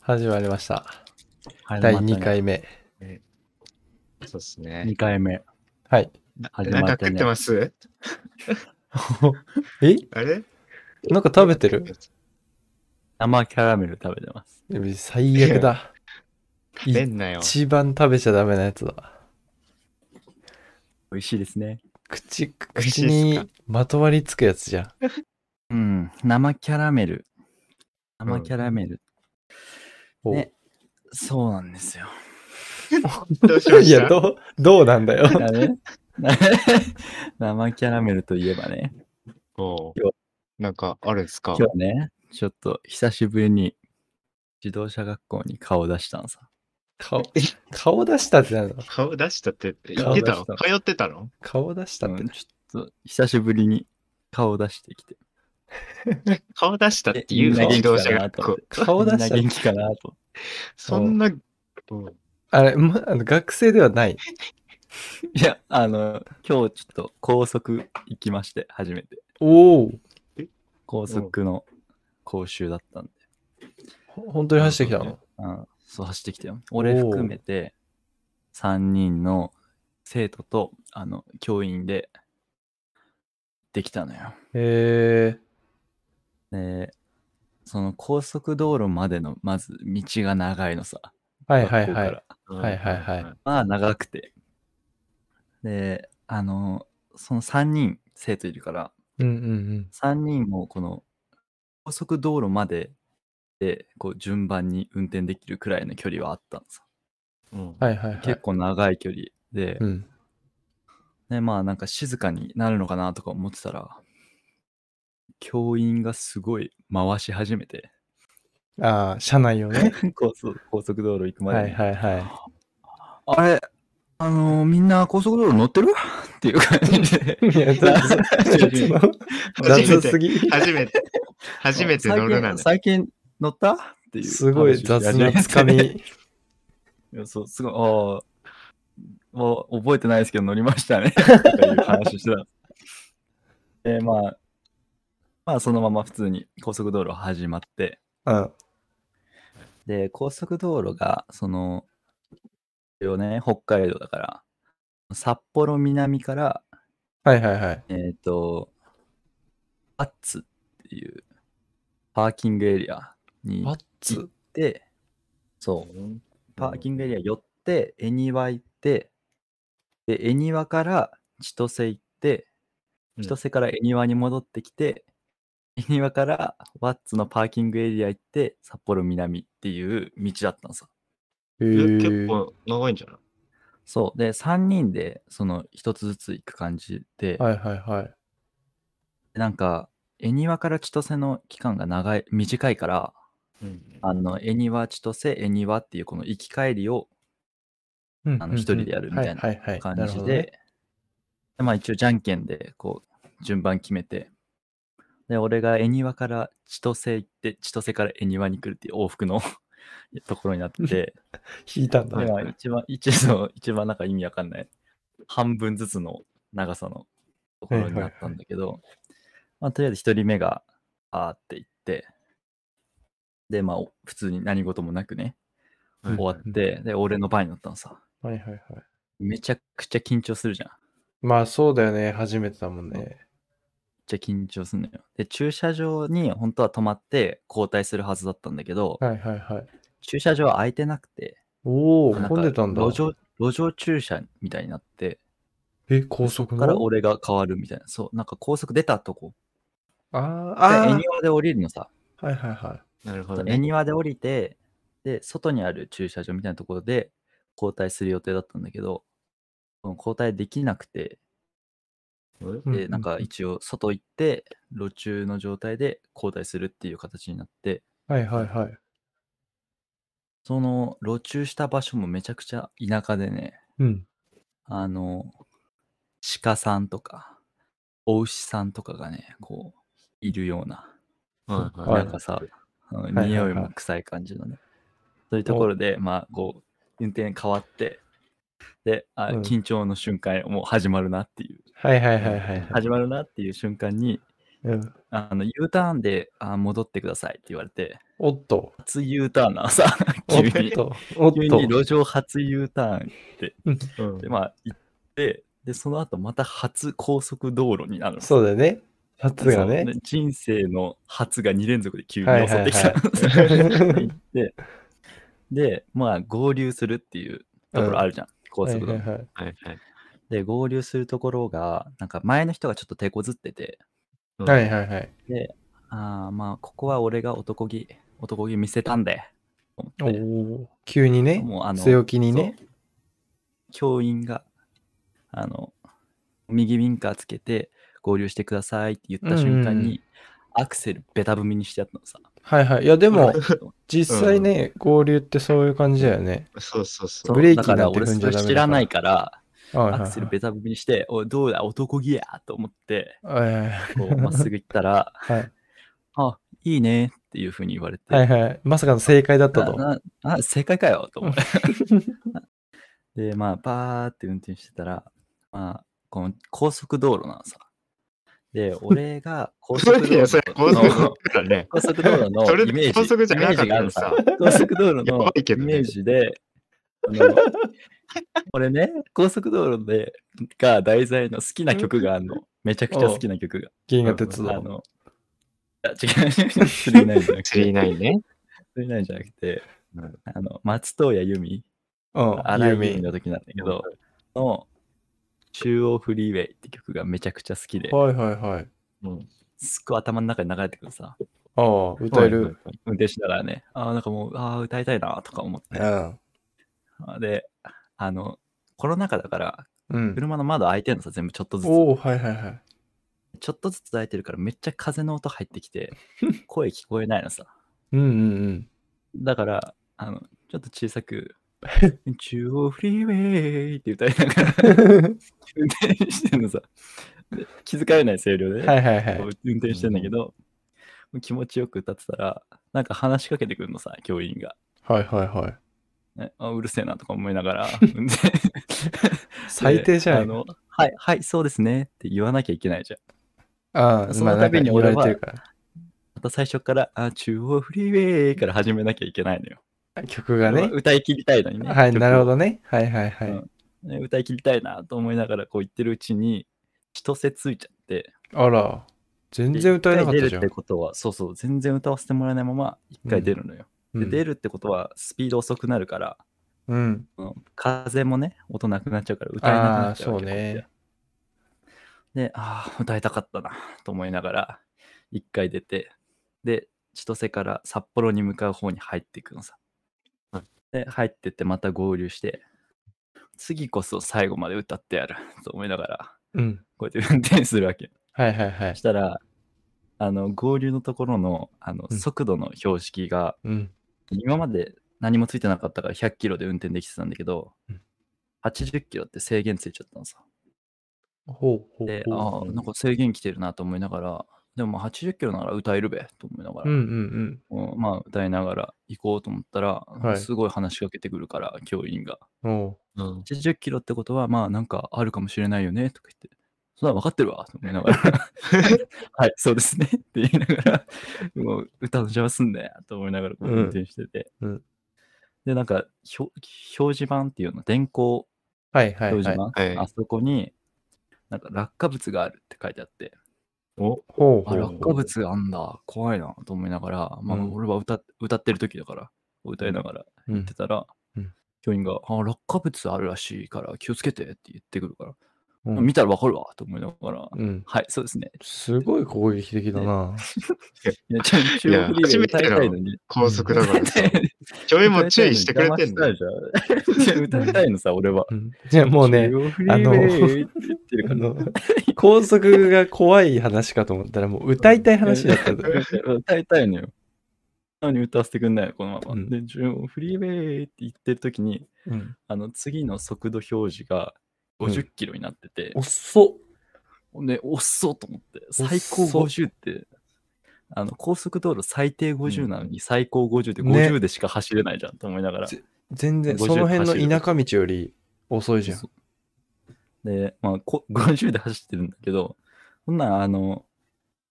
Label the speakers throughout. Speaker 1: 始まりました。
Speaker 2: はい
Speaker 1: 第2。回目。
Speaker 3: そうです
Speaker 2: またね。
Speaker 3: ね
Speaker 2: 二回目。
Speaker 1: はい。
Speaker 3: な
Speaker 2: 始
Speaker 3: なんか
Speaker 2: まってね
Speaker 3: 食ってます
Speaker 1: え
Speaker 3: あれ
Speaker 1: なんか食べてる
Speaker 2: 生キャラメル食べてます。
Speaker 1: 最悪だ。
Speaker 3: 食べんなよ。
Speaker 1: 一番食べちゃダメなやつだ。
Speaker 2: 美味しいですね。
Speaker 1: 口、
Speaker 3: 味し
Speaker 1: 口
Speaker 3: いっすか
Speaker 1: にまとわりつくやつじゃん。
Speaker 2: うん。生キャラメル。生キャラメル。
Speaker 1: お
Speaker 2: ねそうなんです よ。
Speaker 3: どうしま
Speaker 1: い
Speaker 3: し
Speaker 1: や、
Speaker 3: た
Speaker 1: どう、どうなんだよ。
Speaker 2: だね 生キャラメルといえばね、
Speaker 3: こ
Speaker 2: 今
Speaker 3: うなんかあるんですか
Speaker 2: 今日ね、ちょっと久しぶりに自動車学校に顔出したんさ。
Speaker 1: 顔、顔出したってなんだ
Speaker 3: 顔出したって言ってたの
Speaker 1: 顔出
Speaker 3: 通ってたの
Speaker 1: 顔出した
Speaker 2: う
Speaker 1: っ
Speaker 2: ん
Speaker 1: て。
Speaker 2: ちょっと久しぶりに顔出してきて。
Speaker 3: 顔出したって言う
Speaker 1: え
Speaker 3: の
Speaker 1: み
Speaker 3: 自
Speaker 2: んな元
Speaker 3: 動
Speaker 2: 気
Speaker 3: 車
Speaker 2: だな
Speaker 3: 学
Speaker 2: と思っ
Speaker 3: 校
Speaker 2: て。
Speaker 1: 顔出
Speaker 2: みん
Speaker 1: した
Speaker 2: な元気かなと。
Speaker 3: そんな、うん
Speaker 1: あれ、ま、あの学生ではない。
Speaker 2: いや、あの、今日ちょっと高速行きまして、初めて。
Speaker 1: おお。
Speaker 2: 高速の講習だったんで。
Speaker 1: ほ本当に走ってきた
Speaker 3: なる
Speaker 1: の
Speaker 2: うん、そう走ってきたよ。俺含めて3人の生徒とあの教員でできたのよ。
Speaker 1: へえ
Speaker 2: で、その高速道路までのまず道が長いのさ。
Speaker 1: ー。はいはいは
Speaker 2: 学校
Speaker 1: い
Speaker 2: か。ら
Speaker 1: はいはいはい
Speaker 2: まあ長くて。で、あの、その3人生徒いるから、
Speaker 1: うんうん
Speaker 2: 3人もこの高速道路まででこう順番に運転できるくらいの距離はあったんさ。
Speaker 3: うん
Speaker 1: うん。はいはいは
Speaker 2: 結
Speaker 1: い。
Speaker 2: 構長い距離で、
Speaker 1: うん。
Speaker 2: ね、まあなんか静かになるのかなとか思ってたら、教員がすごい回し始め て、
Speaker 1: ああ、車内をね。
Speaker 2: 高速高速道路行く まで
Speaker 1: は
Speaker 2: に、
Speaker 1: いはいはい。。
Speaker 2: あれ、あのーみんな高速道路乗ってる っていう感じ で
Speaker 1: いや、雑雑すぎ。
Speaker 3: 初めて、初めて乗るなんだ。
Speaker 2: 最近最近乗ったっていう。
Speaker 1: すごい雑なつか。み。
Speaker 2: いやそう、すごい、ああ、まあ、覚えてないですけど乗りました ねとかいう話してた。で、まあ、まあ、そのまま普通に高速道路始まって、
Speaker 1: うん。
Speaker 2: で、高速道路が、その、一応ね、北海道だから、札幌南から、
Speaker 1: はいはいはい。
Speaker 2: えっ、と、アッツっていうパーキングエリアに
Speaker 1: マ
Speaker 2: 行っ
Speaker 1: ッツ
Speaker 2: て、そう、パーキングエリア寄って、恵庭行って、で、恵庭から千歳行って、
Speaker 3: うん
Speaker 2: 千歳から恵庭に戻ってきて、恵庭からワッツのパーキングエリア行って、札幌南っていう道だったのさ。
Speaker 1: へ
Speaker 3: え
Speaker 1: ー
Speaker 3: 結構長いんじゃない
Speaker 2: そう。で、3人で、その、一つずつ行く感じで、
Speaker 1: はいはいはい。
Speaker 2: なんか、恵庭から千歳の期間が長い、短いから、
Speaker 3: うん
Speaker 2: あの、恵庭、千歳、恵庭っていうこの行き帰りを
Speaker 1: うん
Speaker 2: あの一人でやるみたいな
Speaker 1: はいはいはい
Speaker 2: 感
Speaker 1: なる
Speaker 2: じ
Speaker 1: ほ
Speaker 2: で、
Speaker 1: どね
Speaker 2: でまあ一応じゃんけんでこう順番決めて、で、俺が恵庭から千歳行って、千歳から恵庭に来るっていう往復の ところになっ てて、
Speaker 1: 引いたんだ
Speaker 2: で。まあ一番、一番、一番なんか意味わかんない、半分ずつの長さのところになったんだけど、まあとりあえず一人目が、あーって行って、で、まあお普通に何事もなくね、
Speaker 3: はい
Speaker 2: 終わって、で、俺の番になったのさ。
Speaker 1: はいはいはい。
Speaker 2: めちゃくちゃ緊張するじゃん。
Speaker 1: まあそうだよね。初めてだもんね。
Speaker 2: めっちゃ緊張するのよ。で、駐車場に本当は止まって交代するはずだったんだけど、
Speaker 1: はいはいはい。
Speaker 2: 駐車場は空いてなくて、
Speaker 1: おお、
Speaker 2: なんか
Speaker 1: 混んでたんだ。
Speaker 2: 路上路上駐車みたいになって、
Speaker 1: え、高速
Speaker 2: から
Speaker 1: の
Speaker 2: 俺が変わるみたいな。そう、なんか高速出たとこ。
Speaker 1: あー
Speaker 2: で
Speaker 1: あ
Speaker 2: 恵
Speaker 1: ー。
Speaker 2: 庭で降りるのさ。
Speaker 1: はいはいは
Speaker 3: なるほど
Speaker 2: 恵
Speaker 3: ね。
Speaker 2: 庭で降りて、で、外にある駐車場みたいなところで交代する予定だったんだけど、その交代できなくて、
Speaker 3: うん
Speaker 1: い。う
Speaker 2: で、なんか一応外行って、路中の状態で交代するっていう形になって、
Speaker 1: はいはいはい。
Speaker 2: その路中した場所もめちゃくちゃ田舎でね、
Speaker 1: うん。
Speaker 2: あの、鹿さんとか、お牛さんとかがね、こう、いるような、
Speaker 3: はいは
Speaker 2: な
Speaker 3: い
Speaker 2: んかさ、あの
Speaker 1: はい
Speaker 2: 匂いも臭い感じのね、そういうところで、まあ、こう、運転変わって、で、あ
Speaker 1: うん
Speaker 2: 緊張の瞬間、もう始まるなっていう、
Speaker 1: はいはいはいはいはい。
Speaker 2: 始まるなっていう瞬間に、
Speaker 1: うん
Speaker 2: あの U ターンであ戻ってくださいって言われて、
Speaker 1: おっと、
Speaker 2: 初 U ターンな朝、
Speaker 1: おっ
Speaker 2: 急に。
Speaker 1: と、おっ
Speaker 2: 急
Speaker 1: と
Speaker 2: に。路上初 U ターン
Speaker 3: うん
Speaker 2: で、まあ、行って、で、その後また初高速道路になるの
Speaker 1: そうだよね。初がね
Speaker 2: そう。で人生の初が2連続で急に
Speaker 1: はいはい
Speaker 2: 襲
Speaker 1: は
Speaker 2: っ
Speaker 1: い
Speaker 2: てきた。 行って、で、まあ、合流するっていうところあるじゃん、高速道路
Speaker 1: はい。はいはい
Speaker 3: はいはい
Speaker 2: で、合流するところが、なんか前の人がちょっと手こずってて、
Speaker 3: うん
Speaker 1: はいはいはい。
Speaker 2: ああ、まあ、ここは俺が男気、男気見せたんで、と
Speaker 1: お
Speaker 2: 思って
Speaker 1: ー急にね、
Speaker 2: もうあの
Speaker 1: 強気にね。
Speaker 2: そう教員が、あの、右ウィンカーつけて合流してくださいって言った瞬間
Speaker 1: うんうんう
Speaker 2: に、アクセルベタ踏みにしてやったのさ。
Speaker 1: はいはい。いや、でも
Speaker 2: 危、ないと思って
Speaker 1: 実際ね、合流ってそういう感じだよね。
Speaker 3: そうそうそ。
Speaker 2: そうう
Speaker 1: ブレーキ
Speaker 2: だか
Speaker 1: な
Speaker 2: ら
Speaker 1: んて
Speaker 2: 俺
Speaker 1: 踏ん
Speaker 2: そ
Speaker 1: じゃダメだから
Speaker 2: れ知らないから、
Speaker 1: はいはい
Speaker 2: ア
Speaker 1: はい
Speaker 2: クセルベタ踏みにして、おいどうだ、男気やと思って、
Speaker 1: はいはいはい
Speaker 2: こう、まっすぐ行ったら、
Speaker 1: はい
Speaker 2: あ、いいねっていうふうに言われて、
Speaker 1: はいはい。まさかの正解だったと。
Speaker 2: ななあ正解かよ と思ってでまあバーって運転してたらまあこの高速道路なのさ で俺が高速道
Speaker 3: いやそれ高
Speaker 2: 路
Speaker 3: 速
Speaker 2: の
Speaker 3: 道路だね。
Speaker 2: 高速道路の
Speaker 3: それ
Speaker 2: イメージ
Speaker 3: 高速じゃ
Speaker 2: イ
Speaker 3: な
Speaker 2: メ
Speaker 3: か
Speaker 2: ージ
Speaker 3: った
Speaker 2: がある
Speaker 3: けど
Speaker 2: さ
Speaker 3: さ。
Speaker 2: 高速道路
Speaker 3: や
Speaker 2: の
Speaker 3: ばいけ
Speaker 2: イ
Speaker 3: どね
Speaker 2: メージで、あ の俺ね高速道路でが題材の好きな曲があるのめちゃくちゃ好きな曲が
Speaker 1: 銀河鉄
Speaker 2: あ
Speaker 1: 道。
Speaker 2: のいや違う スリーナインじゃなく
Speaker 3: 釣り
Speaker 2: て
Speaker 3: ないね。
Speaker 2: それなんじゃなくて、
Speaker 3: うん
Speaker 2: あの松任谷由実、
Speaker 1: うん、
Speaker 2: 荒井
Speaker 1: 有
Speaker 2: 由実
Speaker 1: 名。
Speaker 2: の時なんだけど、の中央フリーウェイって曲がめちゃくちゃ好きで、
Speaker 1: はいはいはい。
Speaker 3: うん
Speaker 2: すっごい頭の中に流れてくる
Speaker 1: あ
Speaker 2: さ、
Speaker 1: あ、歌える。。
Speaker 2: 運転しながらね、ああ、なんかもう、ああ、歌いたいなとか思って、
Speaker 1: うん。
Speaker 2: で、あの、コロナ禍だから、
Speaker 1: うん。
Speaker 2: 車の窓開いてるのさ、全部ちょっとずつ。
Speaker 1: おおはいはいはい。
Speaker 2: ちょっとずつ開いてるから、めっちゃ風の音入ってきて、声聞こえないのさ。
Speaker 1: うんうん
Speaker 2: だから、あの、ちょっと小 さく、中央フリーウェイって歌いなが ら、
Speaker 1: うん。
Speaker 2: 運転してんのさ。で気づかれない声量で、
Speaker 1: はいはいはい。
Speaker 2: こう運転してんだけど、もう気持ちよく歌ってたら、なんか話しかけてくるのさ、教員が。
Speaker 1: はいはいはい。
Speaker 2: ねあうるせえなとか思いながら、運転
Speaker 1: 最低じゃ
Speaker 2: あ
Speaker 1: ん。
Speaker 2: の、はい、はい、そうですねって言わなきゃいけないじゃん。
Speaker 1: ああ、
Speaker 2: そ
Speaker 1: まあ
Speaker 2: の
Speaker 1: なんか
Speaker 2: 度に
Speaker 1: 言わ
Speaker 2: 俺は
Speaker 1: れてるか
Speaker 2: また最初から、あ中央フリーウェイから始めなきゃいけないのよ。
Speaker 1: ら。曲が
Speaker 2: まあ
Speaker 1: ね。
Speaker 2: 歌い切りたいのにね。
Speaker 1: はい、
Speaker 2: 曲を
Speaker 1: なるほどね。はいはいは
Speaker 2: う
Speaker 1: い
Speaker 2: ん。ね歌い切りたいなと思いながら、こう言ってるうちに、人せついちゃって、
Speaker 1: あら、全然歌えなかっ
Speaker 2: で
Speaker 1: た
Speaker 2: 一
Speaker 1: じゃ
Speaker 2: 回出るって
Speaker 1: ん。
Speaker 2: ことは、そうそう、全然歌わせてもらえないまま、一回出るのよ。
Speaker 1: うん
Speaker 2: で、出るってことは、スピード遅くなるから、
Speaker 1: うん。
Speaker 2: うん風もね、音なくなっちゃうから、歌えなく
Speaker 1: あ
Speaker 2: な
Speaker 1: あ、
Speaker 2: っちゃう
Speaker 1: そ
Speaker 2: わ
Speaker 1: う
Speaker 2: け
Speaker 1: ね。。
Speaker 2: で、ああ、歌いたかったな、と思いながら、一回出て、で、千歳から札幌に向かう方に入っていくのさ
Speaker 3: はい。
Speaker 2: で、入ってって、また合流して、次こそ最後まで歌ってやる、と思いながら、
Speaker 1: うん。
Speaker 2: こうやって運転するわけ。
Speaker 1: はいはいはい
Speaker 2: そし。たら、あの合流のところのあの
Speaker 1: うん
Speaker 2: 速度の標識が、
Speaker 1: うん。
Speaker 2: 今まで何もついてなかったから100キロで運転できてたんだけど、
Speaker 1: うん
Speaker 2: 80キロって制限ついちゃったのさ。
Speaker 1: ほうほう
Speaker 2: で、あ
Speaker 1: ほ
Speaker 2: あ、
Speaker 1: う。
Speaker 2: なんか制限来てるなと思いながら、でもまあ80キロなら歌えるべと思いなが
Speaker 1: う
Speaker 2: ら、
Speaker 1: んうん
Speaker 2: うんまあ歌いながら行こうと思ったら、
Speaker 1: い
Speaker 2: すごい話しかけてくるから、教員が。
Speaker 1: うん。お
Speaker 3: うん
Speaker 2: 80キロってことは、まあなんかあるかもしれないよねとか言って、そんなの分かってるわと思いながら、はい、そうですねって 言いながら、もう歌の邪魔すんだよと思いながらこう
Speaker 1: うん
Speaker 2: 運転してて、
Speaker 1: うん
Speaker 2: で、なんかひょ表示板っていうの、電光
Speaker 1: はいはい
Speaker 2: 表
Speaker 1: は
Speaker 2: 示
Speaker 1: い
Speaker 2: 板、。
Speaker 3: はい
Speaker 2: あそこに、なんか落下物があるって書いてあって、
Speaker 3: お
Speaker 1: ほうほ
Speaker 2: あ、
Speaker 1: う
Speaker 2: 落下物あんだ、怖いなと思いながら、まあ
Speaker 1: うん
Speaker 2: 俺は歌っ歌ってる時だから、歌いながら
Speaker 1: うん
Speaker 2: 言ってたら、
Speaker 1: うん
Speaker 2: 教員が、あ、落下物あるらしいから気をつけてって言ってくるから、
Speaker 1: うん
Speaker 2: 見たらわかるわと思いながら、
Speaker 1: うん。
Speaker 2: はい、そうですね。
Speaker 1: すごい攻撃的だな。
Speaker 2: いや、ちょ中
Speaker 3: いや
Speaker 2: 国リーグ歌いたいのに。
Speaker 3: 高速だからさ。ちょいも注意してくれてんの
Speaker 2: の。歌いたいのさ、俺は。
Speaker 1: うんじゃあもう ね、
Speaker 2: あ
Speaker 1: あの、
Speaker 2: の言ってる
Speaker 1: あ
Speaker 2: から
Speaker 1: の高速が怖い話かと思ったら、もう歌いたい話だ ったんだ。
Speaker 2: 歌いたいのよ。なのに歌わせてくんないの、このま
Speaker 1: う
Speaker 2: ま。
Speaker 1: ん
Speaker 2: で、中央フリーウェイって言ってる時に、
Speaker 1: うん
Speaker 2: あの、次の速度表示が50キロになってて、
Speaker 1: 遅っ。
Speaker 2: ね、おっそうと思って、
Speaker 1: 遅っ
Speaker 2: 最高50って、あの高速道路最低50なのに最高50で
Speaker 1: ね
Speaker 2: 50でしか走れないじゃんと思いながら。
Speaker 1: ぜ全然、
Speaker 2: 50
Speaker 1: その辺の田舎道より遅いじゃん。
Speaker 2: そうで、まあ、こ50で走ってるんだけど、そんなんあの、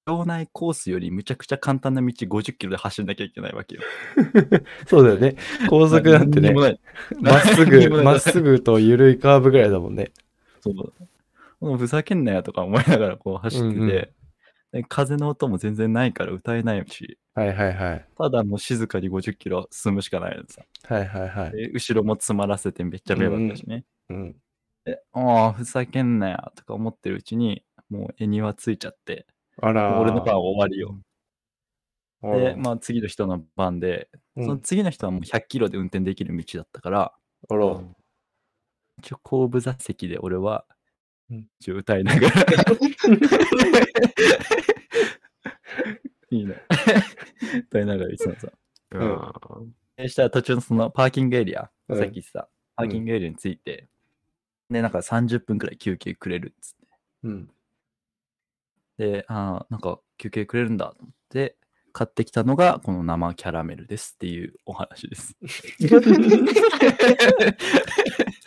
Speaker 2: 町内コースよりむちゃくちゃ簡単な道50キロで走んなきゃいけないわけよ。
Speaker 1: そうだよね。高速なんて
Speaker 2: 何に
Speaker 1: ね
Speaker 2: も、ない
Speaker 1: まっす
Speaker 2: 何にもな
Speaker 1: ぐ、
Speaker 2: い
Speaker 1: まっすぐと緩いカーブぐらいだもんね。
Speaker 2: そうもうふざけんなよとか思いながらこう走ってて、
Speaker 1: うんうん
Speaker 2: で風の音も全然ないから歌えないし、
Speaker 1: はいはいはい。
Speaker 2: ただもう静かに50キロ進むしかないのさ。
Speaker 1: はいはいはい。
Speaker 2: で後ろも詰まらせてめっちゃ迷惑だしね。
Speaker 1: うん。
Speaker 2: で、ああ、ふざけんなよとか思ってるうちに、もう絵にはついちゃって、
Speaker 1: あらー。
Speaker 2: 俺の番終わりよ。
Speaker 1: あら
Speaker 2: で、まあ次の人の番で、
Speaker 1: うん
Speaker 2: その次の人はもう100キロで運転できる道だったから、
Speaker 1: あ
Speaker 3: う
Speaker 1: ら
Speaker 3: ん
Speaker 2: 一応後部座席で俺は
Speaker 1: うん、
Speaker 2: 一応歌いながら。いいね。歌いながら言ってたのさ。
Speaker 1: うん
Speaker 3: あー
Speaker 2: そしたら途中のそのパーキングエリア、
Speaker 1: うん
Speaker 2: さっき言ってた、パーキングエリアについて、で、なんか30分くらい休憩くれるっつっ
Speaker 1: うん。
Speaker 2: て。で、ああ、なんか休憩くれるんだと思って、買ってきたのがこの生キャラメルですっていうお話です。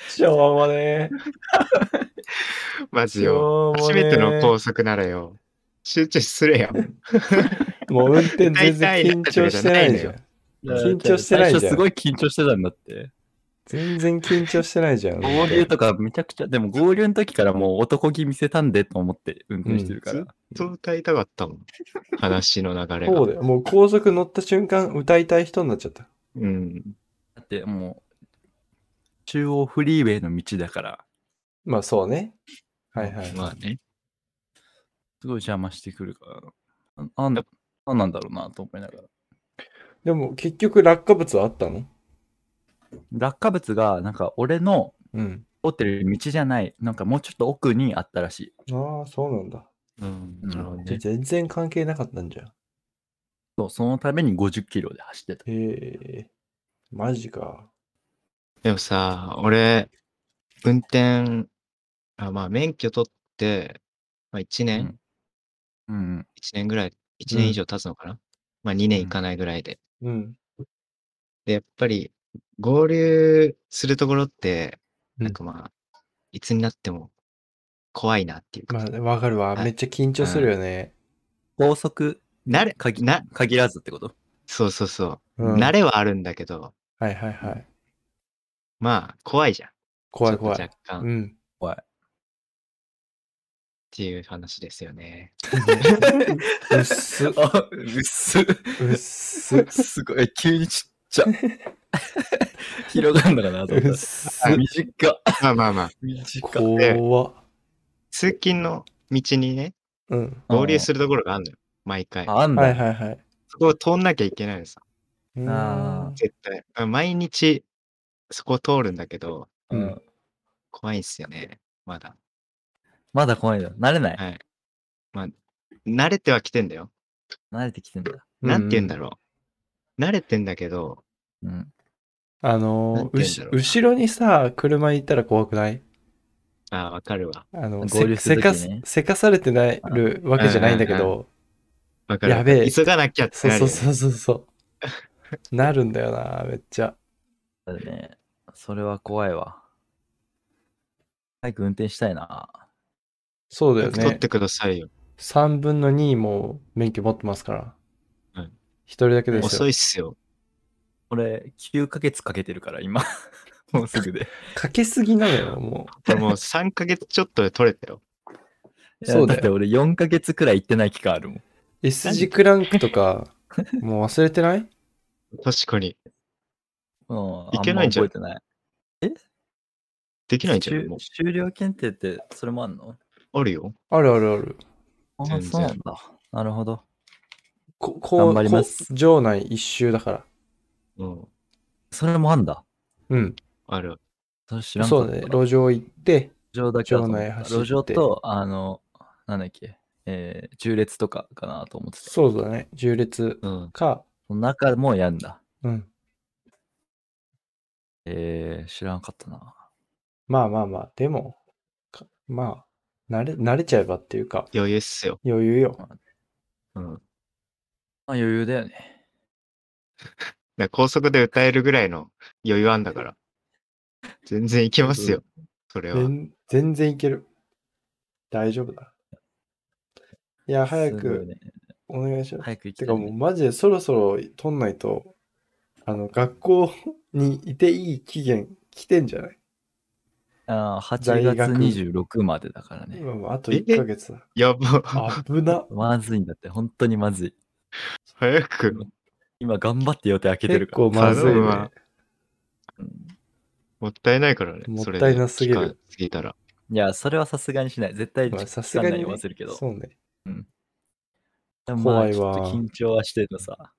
Speaker 1: しょうもね
Speaker 3: マ
Speaker 1: ー。
Speaker 3: ジ
Speaker 1: し
Speaker 3: よ。
Speaker 1: ょうも
Speaker 3: 初
Speaker 1: ね
Speaker 3: め
Speaker 1: ー
Speaker 3: ての高速ならよ。集中すれよ。
Speaker 1: もう運転全然緊張してないじゃん。緊張してないじゃん
Speaker 2: 最初すごい緊張してたんだって。
Speaker 1: 全然緊張してないじゃん。
Speaker 2: 合流とかめちゃくちゃ、でも合流の時からもう男気見せたんでと思って運転してるから。
Speaker 3: うんそう歌いたかったもん。話の流れが。
Speaker 1: そうだよ。もう高速乗った瞬間、歌いたい人になっちゃった。
Speaker 3: うん。
Speaker 2: だってもう、中央フリーウェイの道だから、
Speaker 1: まあそうね。はいはい。
Speaker 3: まあね。
Speaker 2: すごい邪魔してくるから、あなんなんなんだろうなと思いながら。
Speaker 1: でも結局落下物はあったの
Speaker 2: 落下物が、なんか俺の
Speaker 1: うん。
Speaker 2: 通ってる道じゃない、なんかもうちょっと奥にあったらしい。
Speaker 1: ああ、そうなんだ。
Speaker 3: うん。
Speaker 2: うん
Speaker 3: なるほど
Speaker 1: じゃあ
Speaker 3: ね。
Speaker 1: 全然関係なかったんじゃん。
Speaker 2: そうそのために50キロで走ってた。
Speaker 1: へえ。マジか。
Speaker 3: でもさ、俺、運転、あまあ免許取って、まあ1
Speaker 2: う
Speaker 3: 年
Speaker 2: ん、うん。
Speaker 3: 一年ぐらい、1
Speaker 1: うん
Speaker 3: 年以上経つのかな。まあ2年
Speaker 2: うん
Speaker 3: いかないぐらいで。
Speaker 1: うん。
Speaker 3: で、やっぱり、合流するところって、
Speaker 1: うん
Speaker 3: なんかまあ、いつになっても怖いなっていうか、
Speaker 1: まあねわかるわ。
Speaker 3: はい
Speaker 1: めっちゃ緊張するよね。
Speaker 2: 高速
Speaker 3: 慣れ、
Speaker 2: 限
Speaker 3: な、
Speaker 2: 限らずってこと
Speaker 3: そうそうそう
Speaker 1: ん
Speaker 3: う、慣れはあるんだけど、
Speaker 1: はいはいはい。
Speaker 3: まあ、怖いじゃん。
Speaker 1: 怖い怖
Speaker 3: ちょっ
Speaker 1: い。
Speaker 3: と若
Speaker 1: う
Speaker 3: 干っ
Speaker 1: ん。
Speaker 3: ていう話ですよね。
Speaker 1: うっす。う
Speaker 2: あ、うっす。
Speaker 1: っす。う
Speaker 2: すごい。急にちっち ゃ。広がんのかなと思
Speaker 1: っ
Speaker 2: っ
Speaker 1: す
Speaker 2: た。。短っ。
Speaker 3: まあまあまあ、
Speaker 2: 短っ。
Speaker 1: 怖っ。
Speaker 3: 通勤の道にね、
Speaker 1: うん。
Speaker 3: 合流するところがあるのよ。毎回。
Speaker 2: ああんだ。
Speaker 1: はいはいはい。
Speaker 3: そこを通んなきゃいけないのさ。
Speaker 1: うん
Speaker 2: あー
Speaker 3: 絶対。あ毎日、そこを通るんだけど、
Speaker 1: うん
Speaker 2: うん
Speaker 3: 怖いんすよね。まだ。
Speaker 2: まだ怖いよ。慣れない。
Speaker 3: はい。まあ、慣れてはきてんだよ。
Speaker 2: 慣れてきてんだ。
Speaker 3: なんて言うんだろう。慣れてんだけど、
Speaker 2: うん。
Speaker 1: あ
Speaker 3: なん
Speaker 1: のー
Speaker 3: て
Speaker 1: う
Speaker 3: 言うん
Speaker 1: し
Speaker 3: だろうな
Speaker 1: 後ろにさ、車行ったら怖くない
Speaker 3: ああ、わかるわ。
Speaker 1: あの、
Speaker 2: 合流
Speaker 1: せ
Speaker 2: する
Speaker 1: せか
Speaker 2: 時
Speaker 1: す
Speaker 2: ね
Speaker 1: せかされてないるわけじゃないんだけ
Speaker 3: うん
Speaker 1: ど、
Speaker 3: わかる。
Speaker 1: やべえ
Speaker 3: 急がなきゃって
Speaker 1: そう
Speaker 3: なる
Speaker 1: そ
Speaker 3: よ
Speaker 1: う
Speaker 3: ね
Speaker 1: そうそうそう。なるんだよな、めっちゃ。
Speaker 2: だね。それは怖いわ。早く運転したいな。
Speaker 1: そうだよ
Speaker 3: 取っ
Speaker 1: ね
Speaker 3: て。くださいよ。
Speaker 1: 3分の2も免許持ってますから。
Speaker 3: う
Speaker 1: 1
Speaker 3: ん
Speaker 1: 人だけです
Speaker 3: 遅
Speaker 1: よ。
Speaker 3: いっすよ。
Speaker 2: 俺、9ヶ月かけてるから、今。 もうすぐで。
Speaker 1: かけすぎなのよ、も
Speaker 3: でも3ヶ月ちょっとで取れたよ。
Speaker 1: う。そうだ
Speaker 2: って
Speaker 1: よ。
Speaker 2: 俺4ヶ月くらい行ってない期間あるもん。
Speaker 1: S 字クランクとか、もう忘れてない
Speaker 3: 確かに。
Speaker 2: うん。
Speaker 3: いけないんじゃん
Speaker 2: あま覚えてない。
Speaker 3: できないんじゃない
Speaker 2: 終
Speaker 3: もう。
Speaker 2: 終了検定って、それもあんの
Speaker 3: あるよ。
Speaker 1: あるあるある。
Speaker 2: あ
Speaker 3: 全然
Speaker 2: そうなんだ。なるほど。
Speaker 1: ここ
Speaker 2: 頑張り
Speaker 1: こ
Speaker 2: ます
Speaker 1: 場内一周だから。
Speaker 3: うん。
Speaker 2: それもあんだ。
Speaker 1: うん。
Speaker 3: ある。
Speaker 2: それ知らんか
Speaker 1: そう
Speaker 2: った
Speaker 1: だね。路上行って、
Speaker 2: 路上だけだと思っ
Speaker 1: 場内
Speaker 2: た
Speaker 1: 走って
Speaker 2: 路上と、あの、なんだっけ、えー、縦列とかかなと思ってた。
Speaker 1: そうだね。縦列
Speaker 3: うん。
Speaker 1: か、
Speaker 2: その中もやんだ。
Speaker 1: うん。
Speaker 2: えー、知らんかったな。
Speaker 1: まあまあまあ、でも、かまあ、慣れ、慣れちゃえばっていうか、
Speaker 3: 余裕っすよ。
Speaker 1: 余裕よ。
Speaker 3: うん。だか
Speaker 2: まあ余裕だよね。
Speaker 3: ら高速で歌えるぐらいの余裕あんだから。全然いけますよ。それは。
Speaker 1: 全全然いける。大丈夫だ。いや、早
Speaker 2: すごい
Speaker 1: く
Speaker 2: ね、
Speaker 1: お願いします。
Speaker 2: 早く行き
Speaker 1: て
Speaker 2: た
Speaker 1: か
Speaker 2: い
Speaker 1: もう
Speaker 2: ね。
Speaker 1: マジでそろそろ取んないと、あの、学校にいていい期限来てんじゃない
Speaker 2: ああ、8
Speaker 1: 在
Speaker 2: 月
Speaker 1: 学
Speaker 2: 26までだからね。
Speaker 1: 今もあと1ヶ月だ。
Speaker 3: やば。
Speaker 1: 危な。
Speaker 2: まずいんだって、本当にまずい。
Speaker 3: 早く。
Speaker 2: 今頑張って予定開けて
Speaker 1: 結
Speaker 2: るから。
Speaker 1: 構まずい
Speaker 3: 頼む
Speaker 1: ね
Speaker 3: わ。もったいないからね。
Speaker 1: もったい
Speaker 3: それで
Speaker 1: なすぎる
Speaker 3: 期間過ぎたら。
Speaker 2: いや、それはさすがにしない。絶対
Speaker 1: まあ
Speaker 2: 時
Speaker 1: さすが
Speaker 2: 間内
Speaker 1: に
Speaker 2: に
Speaker 1: ね
Speaker 2: 忘れるけど。
Speaker 1: そうね。
Speaker 2: でもま
Speaker 1: 怖
Speaker 2: あ
Speaker 1: い
Speaker 2: ちょっ
Speaker 1: わ
Speaker 2: と緊張はしてるのさ。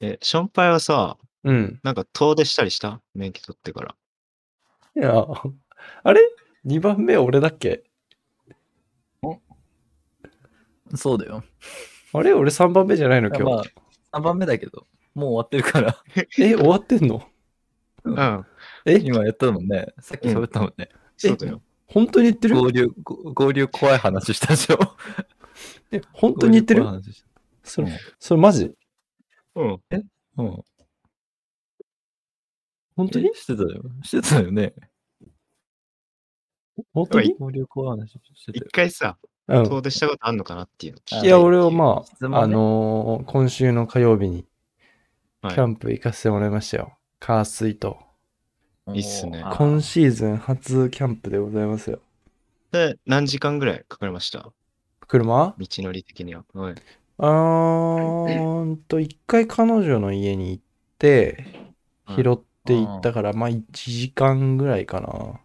Speaker 3: え、ションパイはさ、
Speaker 1: うん。
Speaker 3: なんか遠出したりした免許取ってから。
Speaker 1: いや、 あれ ?2 番目俺だっけ
Speaker 2: そうだよ。
Speaker 1: あれ俺3番目じゃないの
Speaker 2: ま
Speaker 1: 今
Speaker 2: あ
Speaker 1: 日。、
Speaker 2: 3番目だけど、もう終わってるから。
Speaker 1: え、終わってんの
Speaker 3: うん。
Speaker 1: え
Speaker 2: 今やったもんね。さっき喋ったもんね。
Speaker 3: そうだよ。
Speaker 1: 本当に言ってる
Speaker 2: 合流、ご合流怖い話したでしょ。
Speaker 1: え、本当に言ってる
Speaker 2: 合流怖い話し
Speaker 1: そ
Speaker 2: たう
Speaker 1: れ、それマジ
Speaker 3: うん。
Speaker 2: んうん。
Speaker 1: 本当に
Speaker 2: えしてたよ。してたよね。
Speaker 1: 本当に
Speaker 3: い
Speaker 2: 合流怖い話してた
Speaker 3: 一
Speaker 2: よ。
Speaker 3: 回さ、
Speaker 1: うん。
Speaker 3: 遠出したことあんのかなっていうの聞きた
Speaker 2: あ
Speaker 1: いや、
Speaker 2: はい
Speaker 1: 俺はま
Speaker 2: 質
Speaker 1: あ、
Speaker 2: 問ね
Speaker 1: あのー今週の火曜日に、キ
Speaker 3: はい
Speaker 1: ャンプ行かせてもらいましたよ。カースイート。
Speaker 3: いいっすね
Speaker 2: あ
Speaker 1: 今シーズン初キャンプでございますよ。
Speaker 3: で、何時間ぐらいかかりました
Speaker 1: 車
Speaker 3: 道のり的には。はい。
Speaker 1: あーんと、一回彼女の家に行って、拾って行ったから、まあ1時間ぐらいかな。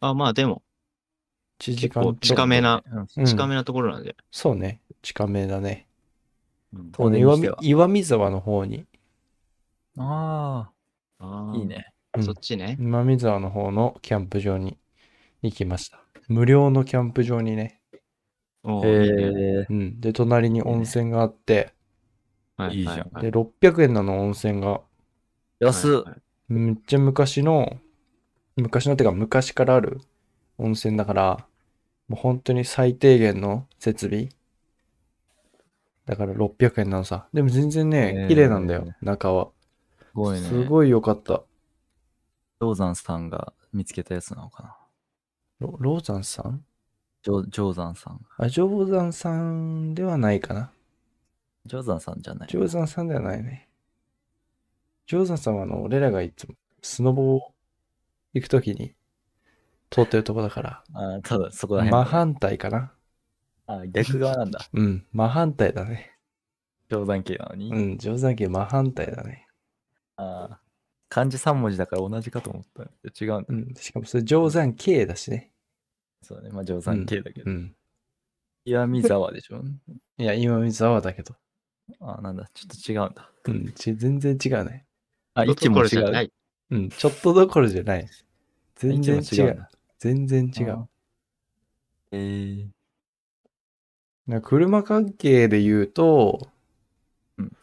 Speaker 3: あ、まあでも、
Speaker 1: 1時間
Speaker 3: 結構近めな、
Speaker 2: うん
Speaker 1: うん
Speaker 3: 近めなところなんで。
Speaker 1: そうね。近めだね。
Speaker 3: うん
Speaker 2: 遠出に
Speaker 1: 岩
Speaker 2: して
Speaker 1: 見
Speaker 2: は
Speaker 1: 岩見沢の方に、
Speaker 2: あ
Speaker 3: あ
Speaker 2: あ、
Speaker 3: ー
Speaker 2: いい。ね。
Speaker 1: うん
Speaker 3: そっちね。
Speaker 1: 今見沢の方のキャンプ場に行きました。無料のキャンプ場にね。
Speaker 3: お
Speaker 2: え
Speaker 3: ーいいね
Speaker 1: うん。で、隣に温泉があって、
Speaker 3: はい
Speaker 2: いじゃん
Speaker 3: はい
Speaker 1: で、600円なの温泉が、
Speaker 2: ー、安っ
Speaker 3: はい。はい
Speaker 1: めっちゃ昔の、昔のってか昔からある温泉だから、もう本当に最低限の設備。だから600円なのさ。でも全然
Speaker 2: へ
Speaker 1: ね
Speaker 2: ー、
Speaker 1: 綺麗なんだよ、中は。
Speaker 2: すごいね。
Speaker 1: すごい良かった。
Speaker 2: ローザンさんが見つけたやつなのかな。
Speaker 1: ロローザンさん
Speaker 2: ジョジョーザンさん。
Speaker 1: あ、ジョーザンさんではないかな。
Speaker 2: ジョーザンさんじゃない。
Speaker 1: ジョーザンさんではないね。ジョーザンさんはあの、俺らがいつもスノボを行くときに通ってるとこだから、
Speaker 2: あーただ、そこら辺。
Speaker 1: 真反対かな。
Speaker 2: あ逆側なんだ。
Speaker 1: うん、真反対だね。
Speaker 2: 冗談系なのに。
Speaker 1: うん、定山系真反対だね。
Speaker 2: あー漢字3文字だから同じかと思った。違うんだ。
Speaker 1: うん、しかもそれ定山系だしね。
Speaker 2: そうね。まあ、定山系だけど。
Speaker 1: うん。
Speaker 2: 岩見沢でしょ。
Speaker 1: いや、今水沢だけど。
Speaker 2: あーなんだ。ちょっと違うんだ。
Speaker 1: うん、ち全然違うね。
Speaker 2: あ、位置も違う。
Speaker 3: ない。
Speaker 1: うん、ちょっとどころじゃない。全然違
Speaker 2: 位置も違うん
Speaker 1: う
Speaker 2: だ。
Speaker 1: 全然違
Speaker 2: あー
Speaker 1: う。。
Speaker 2: えー、
Speaker 1: なんか車関係で言うと、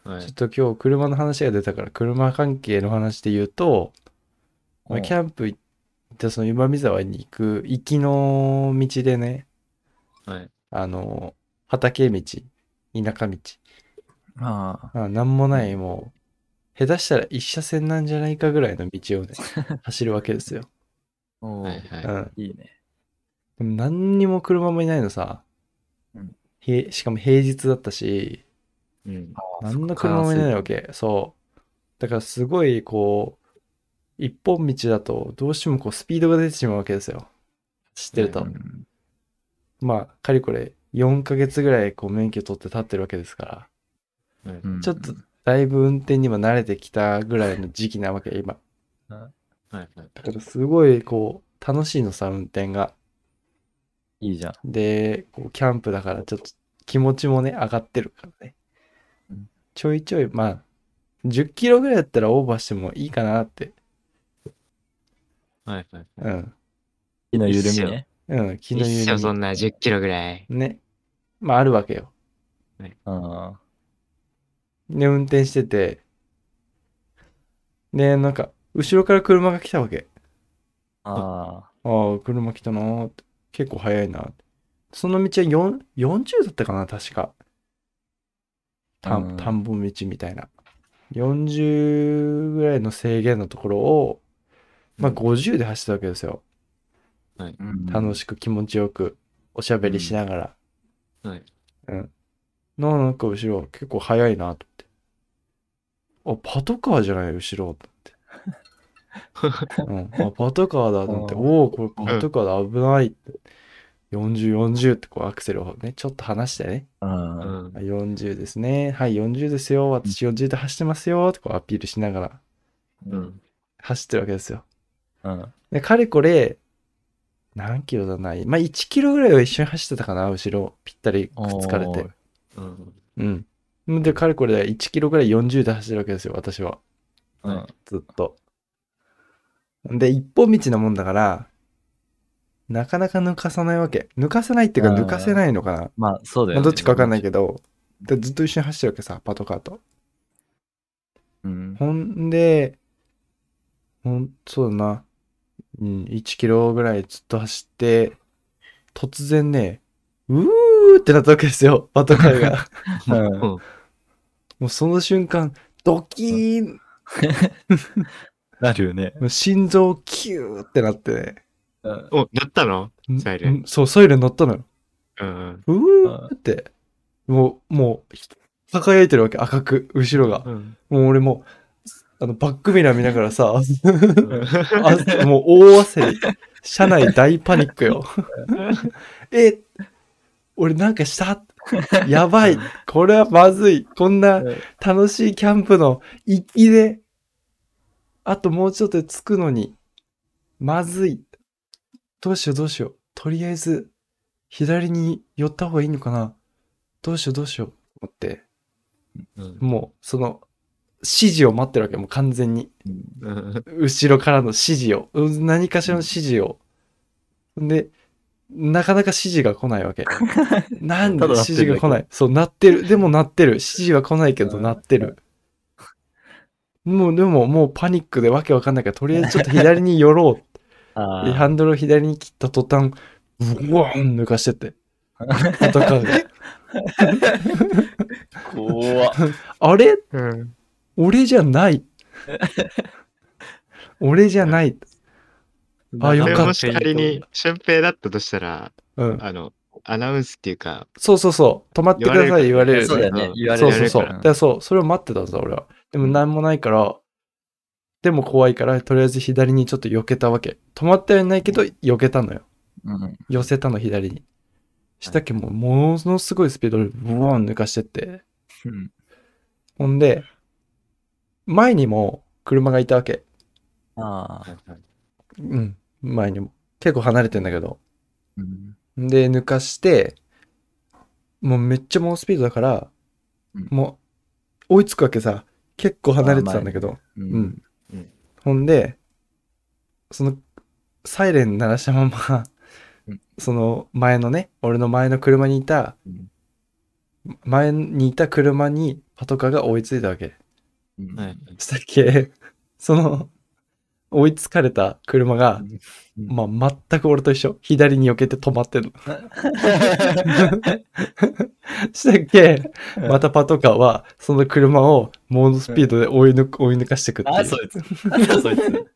Speaker 3: はい
Speaker 1: ちょっと今日車の話が出たから、車関係の話で言うと、まあ、キャンプ行って、その今見沢に行く、行きの道でね、
Speaker 3: はい。
Speaker 1: あの、畑道、田舎道、
Speaker 2: あ
Speaker 1: あなんもない、もう、下手したら一車線なんじゃないかぐらいの道をね、走るわけですよ。
Speaker 2: あ。おー
Speaker 3: はい
Speaker 1: うん
Speaker 3: は。
Speaker 2: いいね。
Speaker 1: でも何にも車もいないのさ。
Speaker 2: うん
Speaker 1: へしかも平日だったし、
Speaker 3: い。うん。
Speaker 1: 何の車もいないわけ。そう。だからすごい、こう、一本道だと、どうしてもこう、スピードが出てしまうわけですよ。知ってると。
Speaker 3: うん
Speaker 1: まあ、かれこれ、4ヶ月ぐらい、こう、免許取って立ってるわけですから、
Speaker 3: はい
Speaker 2: うん
Speaker 1: ちょっと、だいぶ運転にも慣れてきたぐらいの時期なわけ、今。
Speaker 3: はいはい。
Speaker 1: だからすごいこう楽しいのさ運転が。
Speaker 2: いいじゃん。
Speaker 1: でこうキャンプだからちょっと気持ちもね上がってるからね
Speaker 2: うん。
Speaker 1: ちょいちょいまあ10キロぐらいだったらオーバーしてもいいかなって。
Speaker 3: はいはい。
Speaker 1: うん。
Speaker 2: 気の緩
Speaker 3: いいっ
Speaker 2: み
Speaker 3: すよ
Speaker 2: ね。
Speaker 1: うん。気
Speaker 3: 一
Speaker 1: の緩
Speaker 3: 緒そ
Speaker 1: み。
Speaker 3: んな10キロぐらい。
Speaker 1: ね。まああるわけよ。
Speaker 2: あ
Speaker 1: で運転してて。でなんか後ろから車が来たわけ。
Speaker 2: あ。あ
Speaker 1: ああ車来たなーって。結構早いなって。その道は4 40だったかな確か。田
Speaker 2: うん
Speaker 1: ん田んぼ道みたいな。40ぐらいの制限のところを、まあ、
Speaker 3: うん
Speaker 1: 50で走ったわけですよ。
Speaker 2: あ。
Speaker 1: 楽
Speaker 2: し
Speaker 1: しく気持ちよくおしゃべりしながら。
Speaker 3: はい。
Speaker 1: うん。なんか後ろ、結構速いなと思って。あ、パトカーじゃない、後ろと思って。うん、あパトカーだと思って、
Speaker 2: あー
Speaker 1: おお、これパトカーだ、危ないって。40、40ってこうアクセルをね、ちょっと離してね。
Speaker 3: う
Speaker 2: うん。
Speaker 3: ん。
Speaker 1: あ40ですね。はい、40ですよ。私40で走ってますよ。ってこうアピールしながら
Speaker 3: うん。
Speaker 1: 走ってるわけですよ。
Speaker 2: うん。
Speaker 1: で、かれこれ、何キロだない。まあ、1キロぐらいは一緒に走ってたかな、後ろ。ぴったりくっつかれて。
Speaker 3: うん。
Speaker 1: うん。で、かれこれ1キロぐらい40で走るわけですよ、私は。
Speaker 2: うん。
Speaker 1: ずっと。で、一本道なもんだから、なかなか抜かさないわけ。抜かさないっていうか、
Speaker 2: あー
Speaker 1: 抜かせないのかな。
Speaker 2: まあ、そうだよ
Speaker 1: まあ、
Speaker 2: ね。。
Speaker 1: どっちかわかんないいけど、でずっと一緒に走ってるわけさ、パトカーと。
Speaker 2: うん。
Speaker 1: ほんで、ほん、そうだな。うん、1キロぐらいずっと走って、突然ね、うーってなったわけです よ、パトカーが。
Speaker 2: うん
Speaker 3: うん
Speaker 1: もうその瞬間、ドキーン
Speaker 2: なるよね。
Speaker 1: もう心臓キューってなってね。
Speaker 2: うん。
Speaker 3: お、なったの
Speaker 1: ん
Speaker 3: サイレ
Speaker 1: ん
Speaker 3: ン
Speaker 1: そう、サイレン鳴ったのよ。
Speaker 3: うん。
Speaker 1: うーって。もう、もう、輝いてるわけ、赤く、後ろが。
Speaker 3: うん。
Speaker 1: もう俺もう、あの、バックミラー見ながらさ、
Speaker 3: うん
Speaker 1: あもう大焦り。車内大パニックよ。え、俺なんかしたやばい。これはまずい。こんな楽しいキャンプの行きで、あともうちょっとで着くのに、まずい。どうしようどうしよう。とりあえず、左に寄った方がいいのかなどうしようどうしよう。思って、
Speaker 3: うん
Speaker 1: もう、その、指示を待ってるわけ、もう完全に。
Speaker 3: うん
Speaker 1: 後ろからの指示を、うん何かしらの指示を。で、なかなか指示が来ない わけ。なんで
Speaker 2: ただ鳴
Speaker 1: 指
Speaker 2: ってる
Speaker 1: 示が来ない。そう、鳴ってる。でも鳴ってる。指示は来ないけど
Speaker 2: うん
Speaker 1: 鳴ってる。もう、でももうパニックでわけわかんないから、とりあえずちょっと左に寄ろう。
Speaker 2: あ
Speaker 1: で
Speaker 2: ー
Speaker 1: ハンドルを左に切った途端、ブワーン抜かして って。パトカーが
Speaker 2: 怖 っ。
Speaker 1: あれ
Speaker 3: うん。
Speaker 1: 俺じゃ ない。俺じゃない。あよ
Speaker 3: で
Speaker 1: かった
Speaker 3: もし仮に、俊平だったとしたら、
Speaker 1: うん。
Speaker 3: あの、アナウンスっていうか、
Speaker 1: そうそうそう。止まってください言
Speaker 3: 言
Speaker 1: わ
Speaker 3: わ
Speaker 1: れ
Speaker 3: れ
Speaker 1: るね。
Speaker 3: る
Speaker 2: そうだよね
Speaker 3: う。ん
Speaker 2: 言わ
Speaker 1: そ
Speaker 2: れ
Speaker 1: う
Speaker 2: る
Speaker 1: そうそう。
Speaker 2: や
Speaker 1: だ
Speaker 2: る
Speaker 1: か
Speaker 2: から
Speaker 1: らそう、それを待ってたんだ、俺は。でも何もないから、でも怖いから、とりあえず左にちょっと避けたわけ。止まってはいないけど、避けたのよ。
Speaker 2: うん。
Speaker 1: 寄せたの、左に。したっけ、もう、ものすごいスピードで、ブワーン抜かしてって。
Speaker 2: うん
Speaker 1: ほんで、前にも車がいたわけ。
Speaker 2: あ
Speaker 3: は
Speaker 2: あ。
Speaker 3: いはい
Speaker 1: うん、前にも。結構離れてんだけど。
Speaker 2: うん
Speaker 1: で、抜かして、もうめっちゃ猛スピードだから、
Speaker 2: うん
Speaker 1: もう、追いつくわけさ。結構離れてたんだけど。
Speaker 2: う
Speaker 1: うんん。ほんで、その、サイレン鳴らしたまま
Speaker 2: うん、
Speaker 1: その前のね、俺の前の車にいた
Speaker 2: うん、
Speaker 1: 前にいた車にパトカーが追いついたわけ。
Speaker 2: うん
Speaker 3: はい。
Speaker 1: したっけ、 その、追いつかれた車が、まあ、全く俺と一緒。左に避けて止まってんの。 したっけ
Speaker 2: うん
Speaker 1: またパトカーは、その車を猛スピードで追い抜く、追い抜かしてくって
Speaker 2: あ、
Speaker 1: いう
Speaker 2: そ。いつ。あ、そいつ。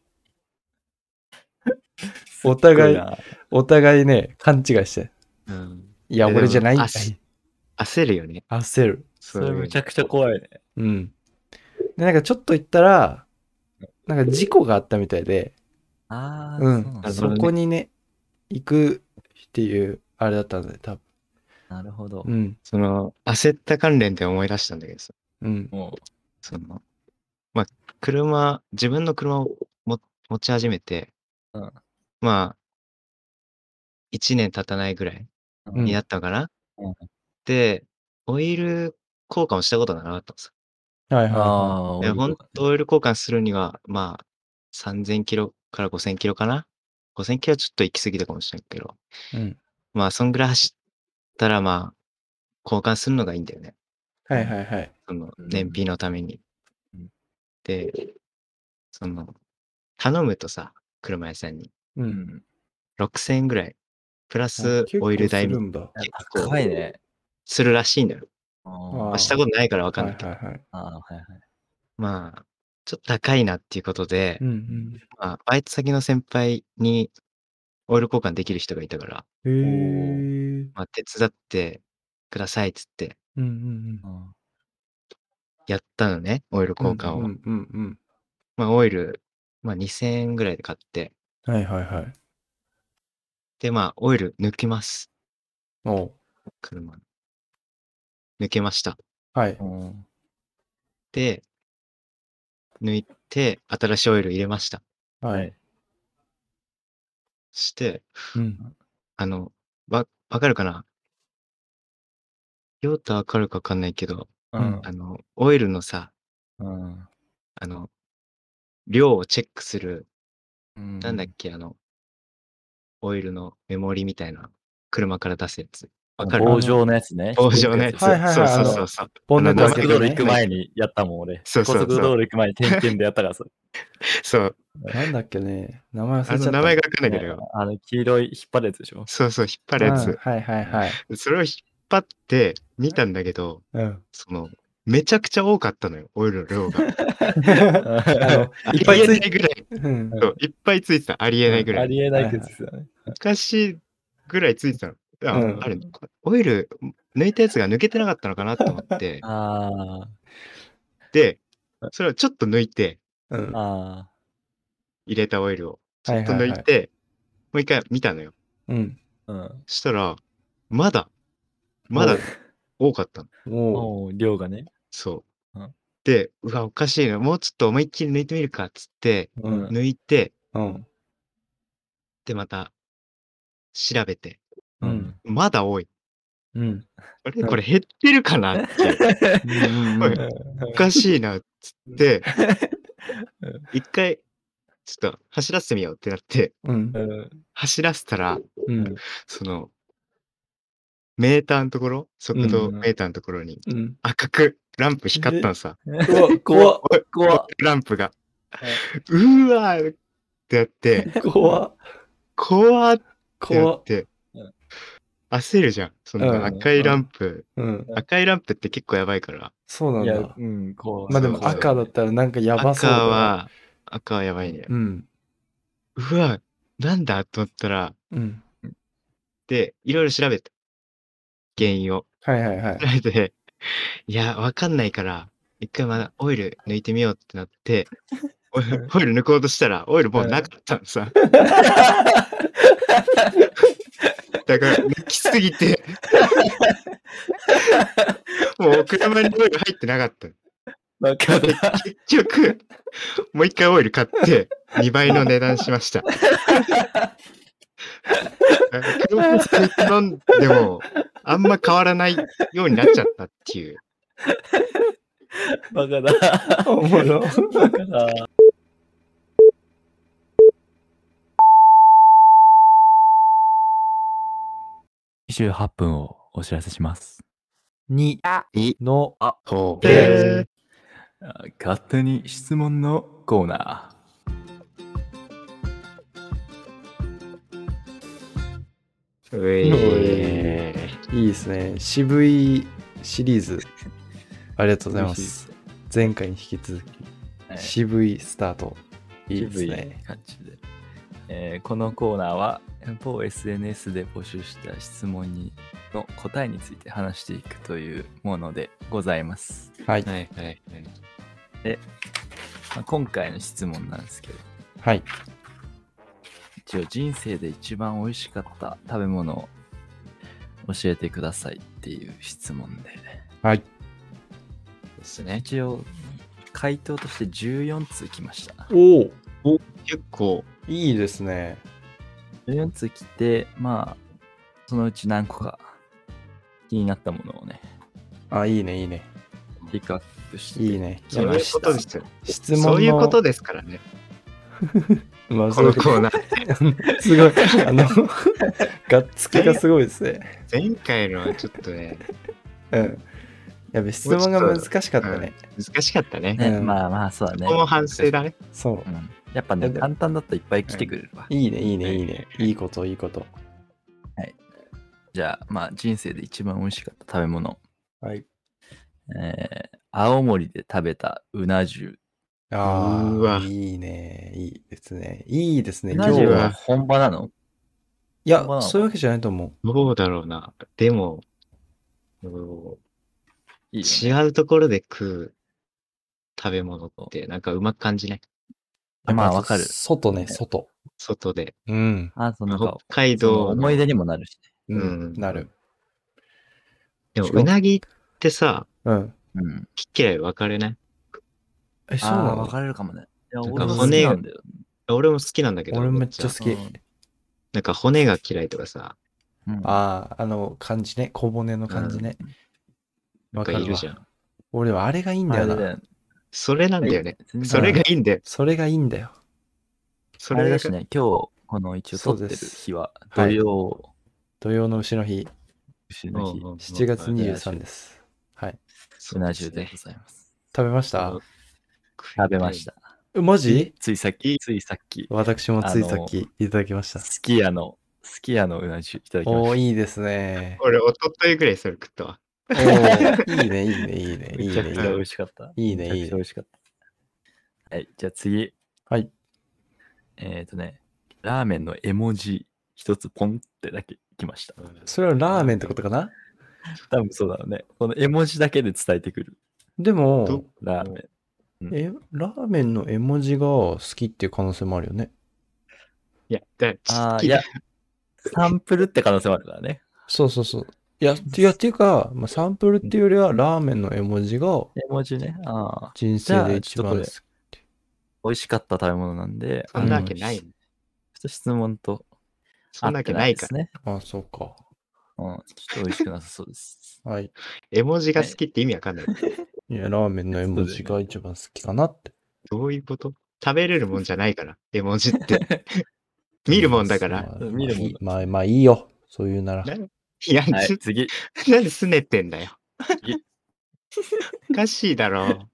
Speaker 1: お互い
Speaker 2: すっごな
Speaker 1: お互いね、勘違いして。
Speaker 3: うん
Speaker 1: いや、
Speaker 3: いやでも
Speaker 1: 俺じゃないんだ
Speaker 3: あし焦るよね。
Speaker 1: 焦る。
Speaker 2: そ
Speaker 3: そ
Speaker 2: れ
Speaker 3: うい
Speaker 2: め
Speaker 3: う
Speaker 2: ちゃくちゃ怖いね。
Speaker 1: うん。で、なんかちょっと行ったら、なんか事故があったみたいで、
Speaker 2: ああ、
Speaker 1: うん
Speaker 3: あ。
Speaker 1: そこにね、行くっていう、あれだったんだよ、多分。
Speaker 2: なるほど
Speaker 1: う。ん。
Speaker 3: その、焦った関連で思い出したんだけどさ、
Speaker 1: うん。
Speaker 2: も
Speaker 3: その、まあ、車、自分の車をも持ち始めて、
Speaker 2: うん
Speaker 3: まあ、1年経たないぐらい
Speaker 1: うん
Speaker 3: になったのかな、
Speaker 2: うん
Speaker 3: で、オイル交換をしたことがなかったんですよ
Speaker 1: はいはい、
Speaker 2: う、
Speaker 1: は
Speaker 2: あ
Speaker 3: で
Speaker 2: あ、
Speaker 3: 本当オイル交換するには、まあ、3000キロから5000キロかな ?5000 キロちょっと行き過ぎたかもしれないけど、
Speaker 1: い。うん。
Speaker 3: まあ、そんぐらい走ったら、まあ、交換するのがいいんだよね。
Speaker 1: はいはいはい。
Speaker 3: その
Speaker 2: うん
Speaker 3: 燃費のために。
Speaker 2: うん
Speaker 3: で、その、頼むとさ、車屋さんに
Speaker 1: う。
Speaker 2: うんん。
Speaker 3: 6000円ぐらい、プラス
Speaker 1: 結構
Speaker 3: オイル代
Speaker 1: する
Speaker 3: も
Speaker 1: んだ。
Speaker 3: 結構
Speaker 2: 怖いね。
Speaker 3: するらしいんだよ。
Speaker 1: あ
Speaker 3: ま
Speaker 1: ー
Speaker 3: あ、したことないからわか
Speaker 1: は
Speaker 3: ん
Speaker 1: い
Speaker 3: ないけど、
Speaker 1: はいはい。
Speaker 2: ああ、はいはい。
Speaker 3: まあ、ちょっと高いなっていうことで、
Speaker 1: うん
Speaker 3: まあ、バイト先の先輩にオイル交換できる人がいたから、
Speaker 1: うん。へえ。
Speaker 3: まあ、手伝ってくださいっつって
Speaker 1: うんうん
Speaker 2: うん
Speaker 3: やったのね、オイル
Speaker 1: うん。
Speaker 3: 交換を。
Speaker 1: うんうんうん
Speaker 3: まあ、オイル、まあ、2000円ぐらいで買って、
Speaker 1: うん。はいはいはい。
Speaker 3: で、まあ、オイル抜きます、
Speaker 1: おう
Speaker 3: 車の。抜けました。
Speaker 1: はい。
Speaker 2: うん
Speaker 3: で、抜いて、新しいオイル入れました。
Speaker 1: は
Speaker 2: はいい。
Speaker 3: して、
Speaker 1: うん。
Speaker 3: あの、わ、わかるかなヨータわかるかわかんないけど、
Speaker 2: うん
Speaker 3: あの、オイルのさ、
Speaker 2: うん
Speaker 3: あの、量をチェックする、
Speaker 2: うん
Speaker 3: なんだっけ、あの、オイルのメモリみたいな、車から出すやつ。わかる
Speaker 2: 棒状のやつね。
Speaker 3: 棒状のやつ。
Speaker 1: はいはい
Speaker 3: そう
Speaker 1: はい
Speaker 3: そうそうそう。
Speaker 1: ボンネット開
Speaker 2: 高
Speaker 1: けて
Speaker 2: 速道
Speaker 1: ね
Speaker 2: 路行く前にやったもん、俺。
Speaker 3: そうそうそう
Speaker 2: 高速道路行く前に点検でやったからさ。
Speaker 3: そう。
Speaker 1: なんだっけね。名前忘れちゃ
Speaker 3: あ
Speaker 1: った。
Speaker 3: の、名前がわかんないけど、
Speaker 2: あの、黄色い引っ張るやつでしょ。
Speaker 3: そうそう、引っ張るや
Speaker 1: うん
Speaker 3: つ。
Speaker 1: はいはいはい。
Speaker 3: それを引っ張って見たんだけど、
Speaker 1: うん。
Speaker 3: その、めちゃくちゃ多かったのよ、オイルの量が。
Speaker 1: あの、
Speaker 3: あ
Speaker 1: いっぱい
Speaker 3: りえ
Speaker 1: つい
Speaker 3: ないぐらい。
Speaker 1: うん
Speaker 2: ん
Speaker 3: そういっぱいついてた。ありえないぐら
Speaker 2: あ
Speaker 3: い。
Speaker 2: りえないけどですよね。、
Speaker 3: 昔ぐらいついてたの。あ、
Speaker 1: うん
Speaker 3: あれ、オイル抜いたやつが抜けてなかったのかなと思って
Speaker 2: あ
Speaker 3: で、それをちょっと抜いて、
Speaker 1: うん
Speaker 2: あ、あ
Speaker 3: 入れたオイルを、ち
Speaker 1: はい
Speaker 3: ょ
Speaker 1: は
Speaker 3: っ
Speaker 1: い
Speaker 3: と
Speaker 1: はい
Speaker 3: 抜いて、もう一回見たのよ。
Speaker 1: うん。
Speaker 2: あ、うん。
Speaker 3: したら、まだ、まだ多かったの。
Speaker 1: も
Speaker 2: もう量がね。
Speaker 3: そう
Speaker 2: うん。
Speaker 3: で、うわ、おかしいな。もうちょっと思いっきり抜いてみるかっつって、
Speaker 1: う、う
Speaker 2: うん
Speaker 1: ん。
Speaker 3: 抜いて、
Speaker 1: うん。
Speaker 3: で、また、調べて、
Speaker 1: う
Speaker 2: うんん。
Speaker 3: まだ多い。
Speaker 1: うん。
Speaker 3: あれこれ減ってるかなっていう。
Speaker 1: うん
Speaker 3: おいおかしいなっつって
Speaker 2: うん、
Speaker 3: 一回、ちょっと走らせてみようってなって、
Speaker 1: うん
Speaker 2: う。ん。
Speaker 3: 走らせたら、
Speaker 1: うん。
Speaker 3: その、メーターのところ、速度
Speaker 2: うん
Speaker 3: メーターのところに
Speaker 1: うん。
Speaker 3: 赤くランプ光ったのさ。
Speaker 1: うわ、怖っ。
Speaker 2: 怖っ。
Speaker 3: ランプが。うわーってやって、
Speaker 1: 怖っ。
Speaker 3: 怖ーってや
Speaker 1: 怖
Speaker 3: っ
Speaker 1: って
Speaker 2: うん、
Speaker 3: 焦るじゃん。そ
Speaker 1: うん
Speaker 3: の赤いランプ、
Speaker 1: うん。
Speaker 3: 赤いランプって結構やばいから。
Speaker 1: そうないん
Speaker 2: や
Speaker 1: だ、。
Speaker 2: うん、怖い。
Speaker 1: まあで
Speaker 3: そう
Speaker 1: も
Speaker 3: そう
Speaker 1: 赤だったらなんかやばそう
Speaker 3: 赤
Speaker 1: だな。
Speaker 3: は、赤はやばいね。
Speaker 1: うん。
Speaker 3: うわ、なんだと思ったら、
Speaker 1: うん。
Speaker 3: で、いろいろ調べた。原因を。
Speaker 1: はいはいはい
Speaker 3: 調。べて、いや、わかんないから、一回まだオイル抜いてみようってなって、オイルオイル抜こうとしたら、オイルもうなかったのさ。だから、抜きすぎて、もう車にオイル入ってなかったの。
Speaker 2: なんか、
Speaker 3: 結局、もう一回オイル買って、2倍の値段しました。車飲んでも、あんま変わらないようになっちゃったっていう。
Speaker 2: バカだ。
Speaker 1: おもろ。
Speaker 2: バカだ。28分をお知らせします。
Speaker 1: に
Speaker 3: に、
Speaker 1: の、
Speaker 3: ほ
Speaker 1: うへ
Speaker 2: あ勝手に質問のコーナー。
Speaker 3: うえー
Speaker 1: いいですね。渋いシリーズ。ありがとうございます。前回に引き続き、渋いスタート。いいですね。
Speaker 2: 感じで、えーこのコーナーは某 SNS で募集した質問にの答えについて話していくというものでございます、
Speaker 1: はい。
Speaker 3: はいはいはい。
Speaker 2: まあ今回の質問なんですけど
Speaker 1: はい。
Speaker 2: 一応人生で一番美味しかった食べ物を教えてくださいっていう質問で
Speaker 1: はい。
Speaker 3: ですね。
Speaker 2: 一応回答として14通来ました
Speaker 1: おお
Speaker 3: 結構、
Speaker 1: いいですね。
Speaker 2: 14通来てまあそのうち何個か気になったものをね
Speaker 1: あ、いいね、いいね。
Speaker 2: ピックアップして
Speaker 1: いいね。
Speaker 3: そういうことですよ。
Speaker 1: 質問の
Speaker 3: そういうことですからね。
Speaker 1: まあ、
Speaker 3: こ
Speaker 1: そうい
Speaker 3: の
Speaker 1: うこ
Speaker 3: コーナー。
Speaker 1: と すごい。あの、がっつきがすごいですね。
Speaker 3: 前回のはちょっとね、
Speaker 1: うん。やべ、質問が難しかったね。
Speaker 3: 難しかったね。
Speaker 2: ね、
Speaker 1: うん
Speaker 2: まあまあそうだね。
Speaker 3: ここも反省だね。
Speaker 1: そう
Speaker 2: う。ん。やっぱね、
Speaker 1: でも
Speaker 2: 簡単だったらいっぱい来てくれるわ。
Speaker 1: いいね、いいね、いいね。いいこと、いいこと。
Speaker 2: じゃあ、まあ人生で一番美味しかった食べ物。
Speaker 1: はい。
Speaker 2: えー、青森で食べたうな重。
Speaker 1: あ
Speaker 3: うわ
Speaker 1: あ、いいね。いいですね。いいですね。
Speaker 2: う
Speaker 1: 今
Speaker 2: な
Speaker 1: 日
Speaker 2: 重
Speaker 1: は。
Speaker 2: は本場なの
Speaker 1: いや、そういうわけじゃないと思う。
Speaker 3: どうだろうな。でも、こ
Speaker 2: いういよね、
Speaker 3: 違うところで食う食べ物って、なんかうまく感じない
Speaker 2: まあわかる
Speaker 1: 外ね、外。
Speaker 3: 外で。
Speaker 1: うん。
Speaker 2: あとなん
Speaker 3: 北
Speaker 2: か、
Speaker 3: 海
Speaker 2: その
Speaker 3: 道の
Speaker 2: 思い出にもなるし、
Speaker 3: うん
Speaker 1: なる。
Speaker 3: でも
Speaker 1: しかも
Speaker 3: うなぎってさ、
Speaker 1: うん。
Speaker 2: ね。うん。
Speaker 3: 好き嫌い分かれない
Speaker 1: え、そう
Speaker 2: あ
Speaker 1: な
Speaker 2: あ、分
Speaker 1: の
Speaker 2: かれるかもね。いや、
Speaker 3: なんか
Speaker 2: 俺も好きなんだよ。
Speaker 3: 俺も好きなんだけど。
Speaker 1: 俺めっちゃ好
Speaker 3: こ
Speaker 1: き
Speaker 2: うん。
Speaker 3: っちはなんか骨が嫌いとかさ、
Speaker 2: うん
Speaker 1: ああ、あの、感じね。小骨の感じね。わ
Speaker 3: なん
Speaker 1: か
Speaker 3: か
Speaker 1: るわ
Speaker 3: いるじゃん。
Speaker 1: 俺はあれがいいんだよ
Speaker 2: あれだ
Speaker 1: な。
Speaker 2: よね
Speaker 3: それなんだよね。
Speaker 2: 全然
Speaker 3: それがいいんだよ。
Speaker 1: それがいいんだよ。
Speaker 3: そ
Speaker 2: あ
Speaker 3: れ
Speaker 2: れ
Speaker 3: が
Speaker 2: だしね、今日、この一応撮ってる日は、
Speaker 1: そう
Speaker 2: 土
Speaker 1: です
Speaker 2: 曜、
Speaker 1: 土曜の牛の日、
Speaker 2: 牛
Speaker 3: うん
Speaker 2: の日
Speaker 3: うん、うん
Speaker 1: 7月
Speaker 2: に
Speaker 1: 23です。はい。
Speaker 3: そう
Speaker 2: な重
Speaker 3: うで
Speaker 2: です
Speaker 3: ね
Speaker 2: ございます。
Speaker 1: 食べました
Speaker 2: 食べまし。た。
Speaker 1: えマジ
Speaker 2: ついさっき、ついさっき、
Speaker 1: 私もついさっきいただきました。
Speaker 2: すき家の、すき家のうな重いただきま
Speaker 1: お
Speaker 2: し
Speaker 1: ー、いいですね。
Speaker 3: 俺、おとといぐらいそれ食ったわ。
Speaker 1: おーいいね、いいね、いいね、
Speaker 2: た。
Speaker 1: い
Speaker 2: め
Speaker 1: い
Speaker 2: ちゃくちゃ美
Speaker 1: ね。
Speaker 2: 味しかった。
Speaker 1: いいね、
Speaker 2: めちゃ
Speaker 1: い
Speaker 2: く
Speaker 1: い
Speaker 2: ちゃ美
Speaker 1: ね。
Speaker 2: 味しかった。はい、じゃあ次。
Speaker 1: はい。
Speaker 2: えっ、ー、とね、ラーメンの絵文字一つポンってだけ来ました。
Speaker 1: それはラーメンってことかな
Speaker 2: 多分そうだろうね。この絵文字だけで伝えてくる。
Speaker 1: でも
Speaker 3: ど、
Speaker 2: ラーメン。
Speaker 1: え、ラーメンの絵文字が好きっていう可能性もあるよね。
Speaker 3: いや、だ
Speaker 2: ああ、
Speaker 3: 好き
Speaker 2: い
Speaker 3: だ
Speaker 2: や、サンプルって可能性もあるからね。
Speaker 1: そうそうそう。いや、いやっていうか、まあ、サンプルっていうよりは、ラーメンの絵文字が
Speaker 2: 絵文字ね。ああ、
Speaker 1: 人
Speaker 2: じゃ
Speaker 1: 生で
Speaker 2: あ
Speaker 1: 一
Speaker 2: ちょっとこ
Speaker 1: 番好
Speaker 2: れ
Speaker 1: き。
Speaker 2: 美味しかった食べ物なんで、
Speaker 3: そんなわけない。
Speaker 2: ちょっと質問と
Speaker 3: そんなわけない
Speaker 2: 合
Speaker 3: か
Speaker 2: って
Speaker 3: ら。
Speaker 2: ですね。
Speaker 1: あ、そうか。
Speaker 2: うん、ちょっと美味しくなさそう です。
Speaker 1: はい。
Speaker 3: 絵文字が好きって意味わかんない。
Speaker 1: いや、ラーメンの絵文字が一番好きかなって。
Speaker 3: どういうこと食べれるもんじゃないから、絵文字って。見るもんだか
Speaker 1: ま
Speaker 3: ら。
Speaker 1: あ
Speaker 2: うん見るもんだ
Speaker 1: まあ、まあ、まあいいよ。そういうなら。
Speaker 3: ないや、
Speaker 2: は
Speaker 3: す
Speaker 2: い、次。
Speaker 3: なんで拗ねてんだよ
Speaker 2: 次。
Speaker 3: おかしいだろ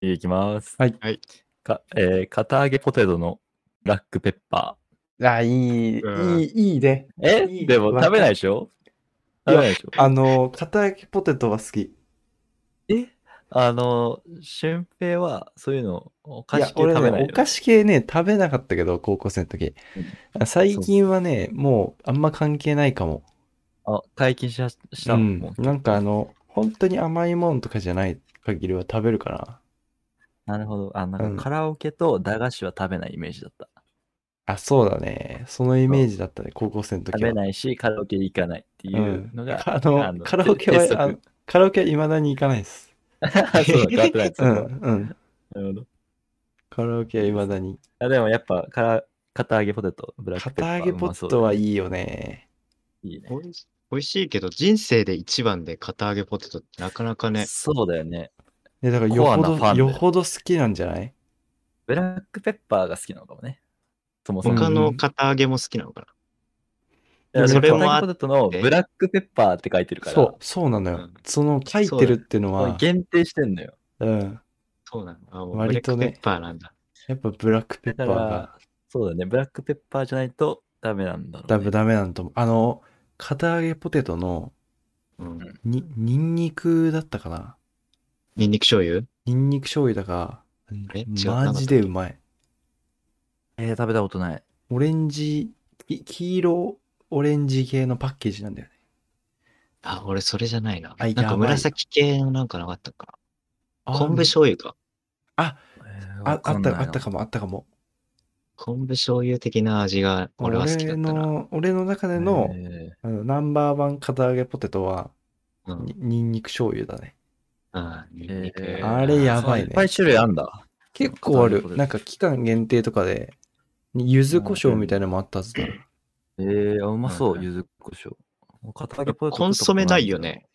Speaker 2: いきます。
Speaker 1: はい
Speaker 3: はい
Speaker 2: か、えー、片揚げポテトのブラックペッパ
Speaker 1: あ、いい、
Speaker 3: うん
Speaker 1: いい、いいね。
Speaker 2: ー。え
Speaker 1: いい
Speaker 2: でも
Speaker 1: わか
Speaker 2: 食
Speaker 1: る
Speaker 2: べないでしょ
Speaker 1: いや
Speaker 2: 食べないでしょ
Speaker 1: あの、片焼きポテトは好き。
Speaker 2: えあの、俊平はそういうのお
Speaker 1: い
Speaker 2: 菓
Speaker 1: や
Speaker 2: 子系
Speaker 1: 俺
Speaker 2: 食べな
Speaker 1: ね
Speaker 2: い、
Speaker 1: お菓子系ね、食べなかったけど、高校生の時。最近はね、もうあんま関係ないかも。
Speaker 2: あ解禁しはした、
Speaker 1: うん
Speaker 2: も。う
Speaker 1: なんかあの、本当に甘いもんとかじゃない限りは食べるか
Speaker 2: なるほど。あ、な
Speaker 1: うん
Speaker 2: んかカラオケと駄菓子は食べないイメージだった。
Speaker 1: な。あ、そうだね。そのイメージだったね、高校生の時
Speaker 2: 食
Speaker 1: は。
Speaker 2: べないし、カラオケ行かないってい
Speaker 1: うん
Speaker 2: うの が、
Speaker 1: あの
Speaker 2: あの
Speaker 1: カラオケは
Speaker 2: 鉄則
Speaker 1: あのカラオケはいまだに行かないです。
Speaker 2: あそうだ、変わってないです
Speaker 1: う
Speaker 2: ね
Speaker 1: ん、うん。
Speaker 2: なるほど。
Speaker 1: カラオケはいまだに。
Speaker 2: あでもやっぱから、片揚げポテト、ブラックペッパ
Speaker 1: 片
Speaker 2: ー
Speaker 1: 揚げポ
Speaker 2: うまそ
Speaker 1: ッ
Speaker 2: うだ
Speaker 1: トはいいよね。
Speaker 2: いいね
Speaker 3: う。おいし美味しいけど、人生で一番で片揚げポテトってなかなかね、
Speaker 2: そうだよね。
Speaker 1: ね、だからよ
Speaker 2: コア
Speaker 1: ほ
Speaker 2: なフ
Speaker 1: ど、
Speaker 2: ァンだよ
Speaker 1: よほど好きなんじゃない
Speaker 2: ブラックペッパーが好きなのかもね。そもそも。
Speaker 3: 他の
Speaker 1: うん
Speaker 3: 片揚げも好きなのか
Speaker 2: いや
Speaker 3: それもあ
Speaker 2: 片揚げ
Speaker 3: っ
Speaker 2: ポテトのブラックペッパーって書いてるから、
Speaker 1: そう、そうなの
Speaker 3: う
Speaker 1: よ
Speaker 3: ん。
Speaker 1: その書いてるっていうの
Speaker 2: これ
Speaker 1: は、
Speaker 2: 限定してんのよ。
Speaker 1: うん。
Speaker 3: な。そうなの。あ、もうブレ
Speaker 1: 割
Speaker 3: ック
Speaker 1: と
Speaker 3: ペ
Speaker 1: ね
Speaker 3: ッパーなんだ。
Speaker 1: やっぱブラックペ
Speaker 2: だ
Speaker 1: ッパ
Speaker 2: か
Speaker 1: ー
Speaker 2: ら
Speaker 1: が、
Speaker 2: そうだね。ブラックペッパーじゃないとダメなんだろう、ね。
Speaker 1: だぶダメなんだと思う。あの、片揚げポテトの
Speaker 3: うん。
Speaker 1: に、ニンニクだったかな
Speaker 3: ニンニク醤油
Speaker 1: ニンニク醤油だか
Speaker 3: あれ違う
Speaker 1: ら、マジでうまい。
Speaker 2: えー食べたことない。
Speaker 1: オレンジ、き黄色、オレンジ系のパッケージなんだよね。
Speaker 3: あ、俺それじゃないな。
Speaker 1: あ
Speaker 3: なん
Speaker 1: やば
Speaker 3: か
Speaker 1: い
Speaker 3: 紫系のなんかなかったかな。
Speaker 1: あ
Speaker 3: 昆布醤油か。
Speaker 1: ああった、あったかも、あったかも。
Speaker 3: 昆布醤油的な味が俺は好きだったな。
Speaker 1: の、俺の中での、あのナンバーワン片揚げポテトは、
Speaker 3: うん
Speaker 1: にニンニク醤油だね。
Speaker 3: うんニンニク
Speaker 1: ーあれやばいね
Speaker 2: いっぱい種類あんだ。
Speaker 1: 結構あ
Speaker 2: 片揚げポテ
Speaker 1: る。
Speaker 2: ト
Speaker 1: なんか期間限定とかで、柚子胡椒みたいなのもあったはずだ。
Speaker 2: えー、あうまそうう、
Speaker 3: ん
Speaker 2: 柚子胡椒。もう片揚げポテト
Speaker 3: コンソメないよね。。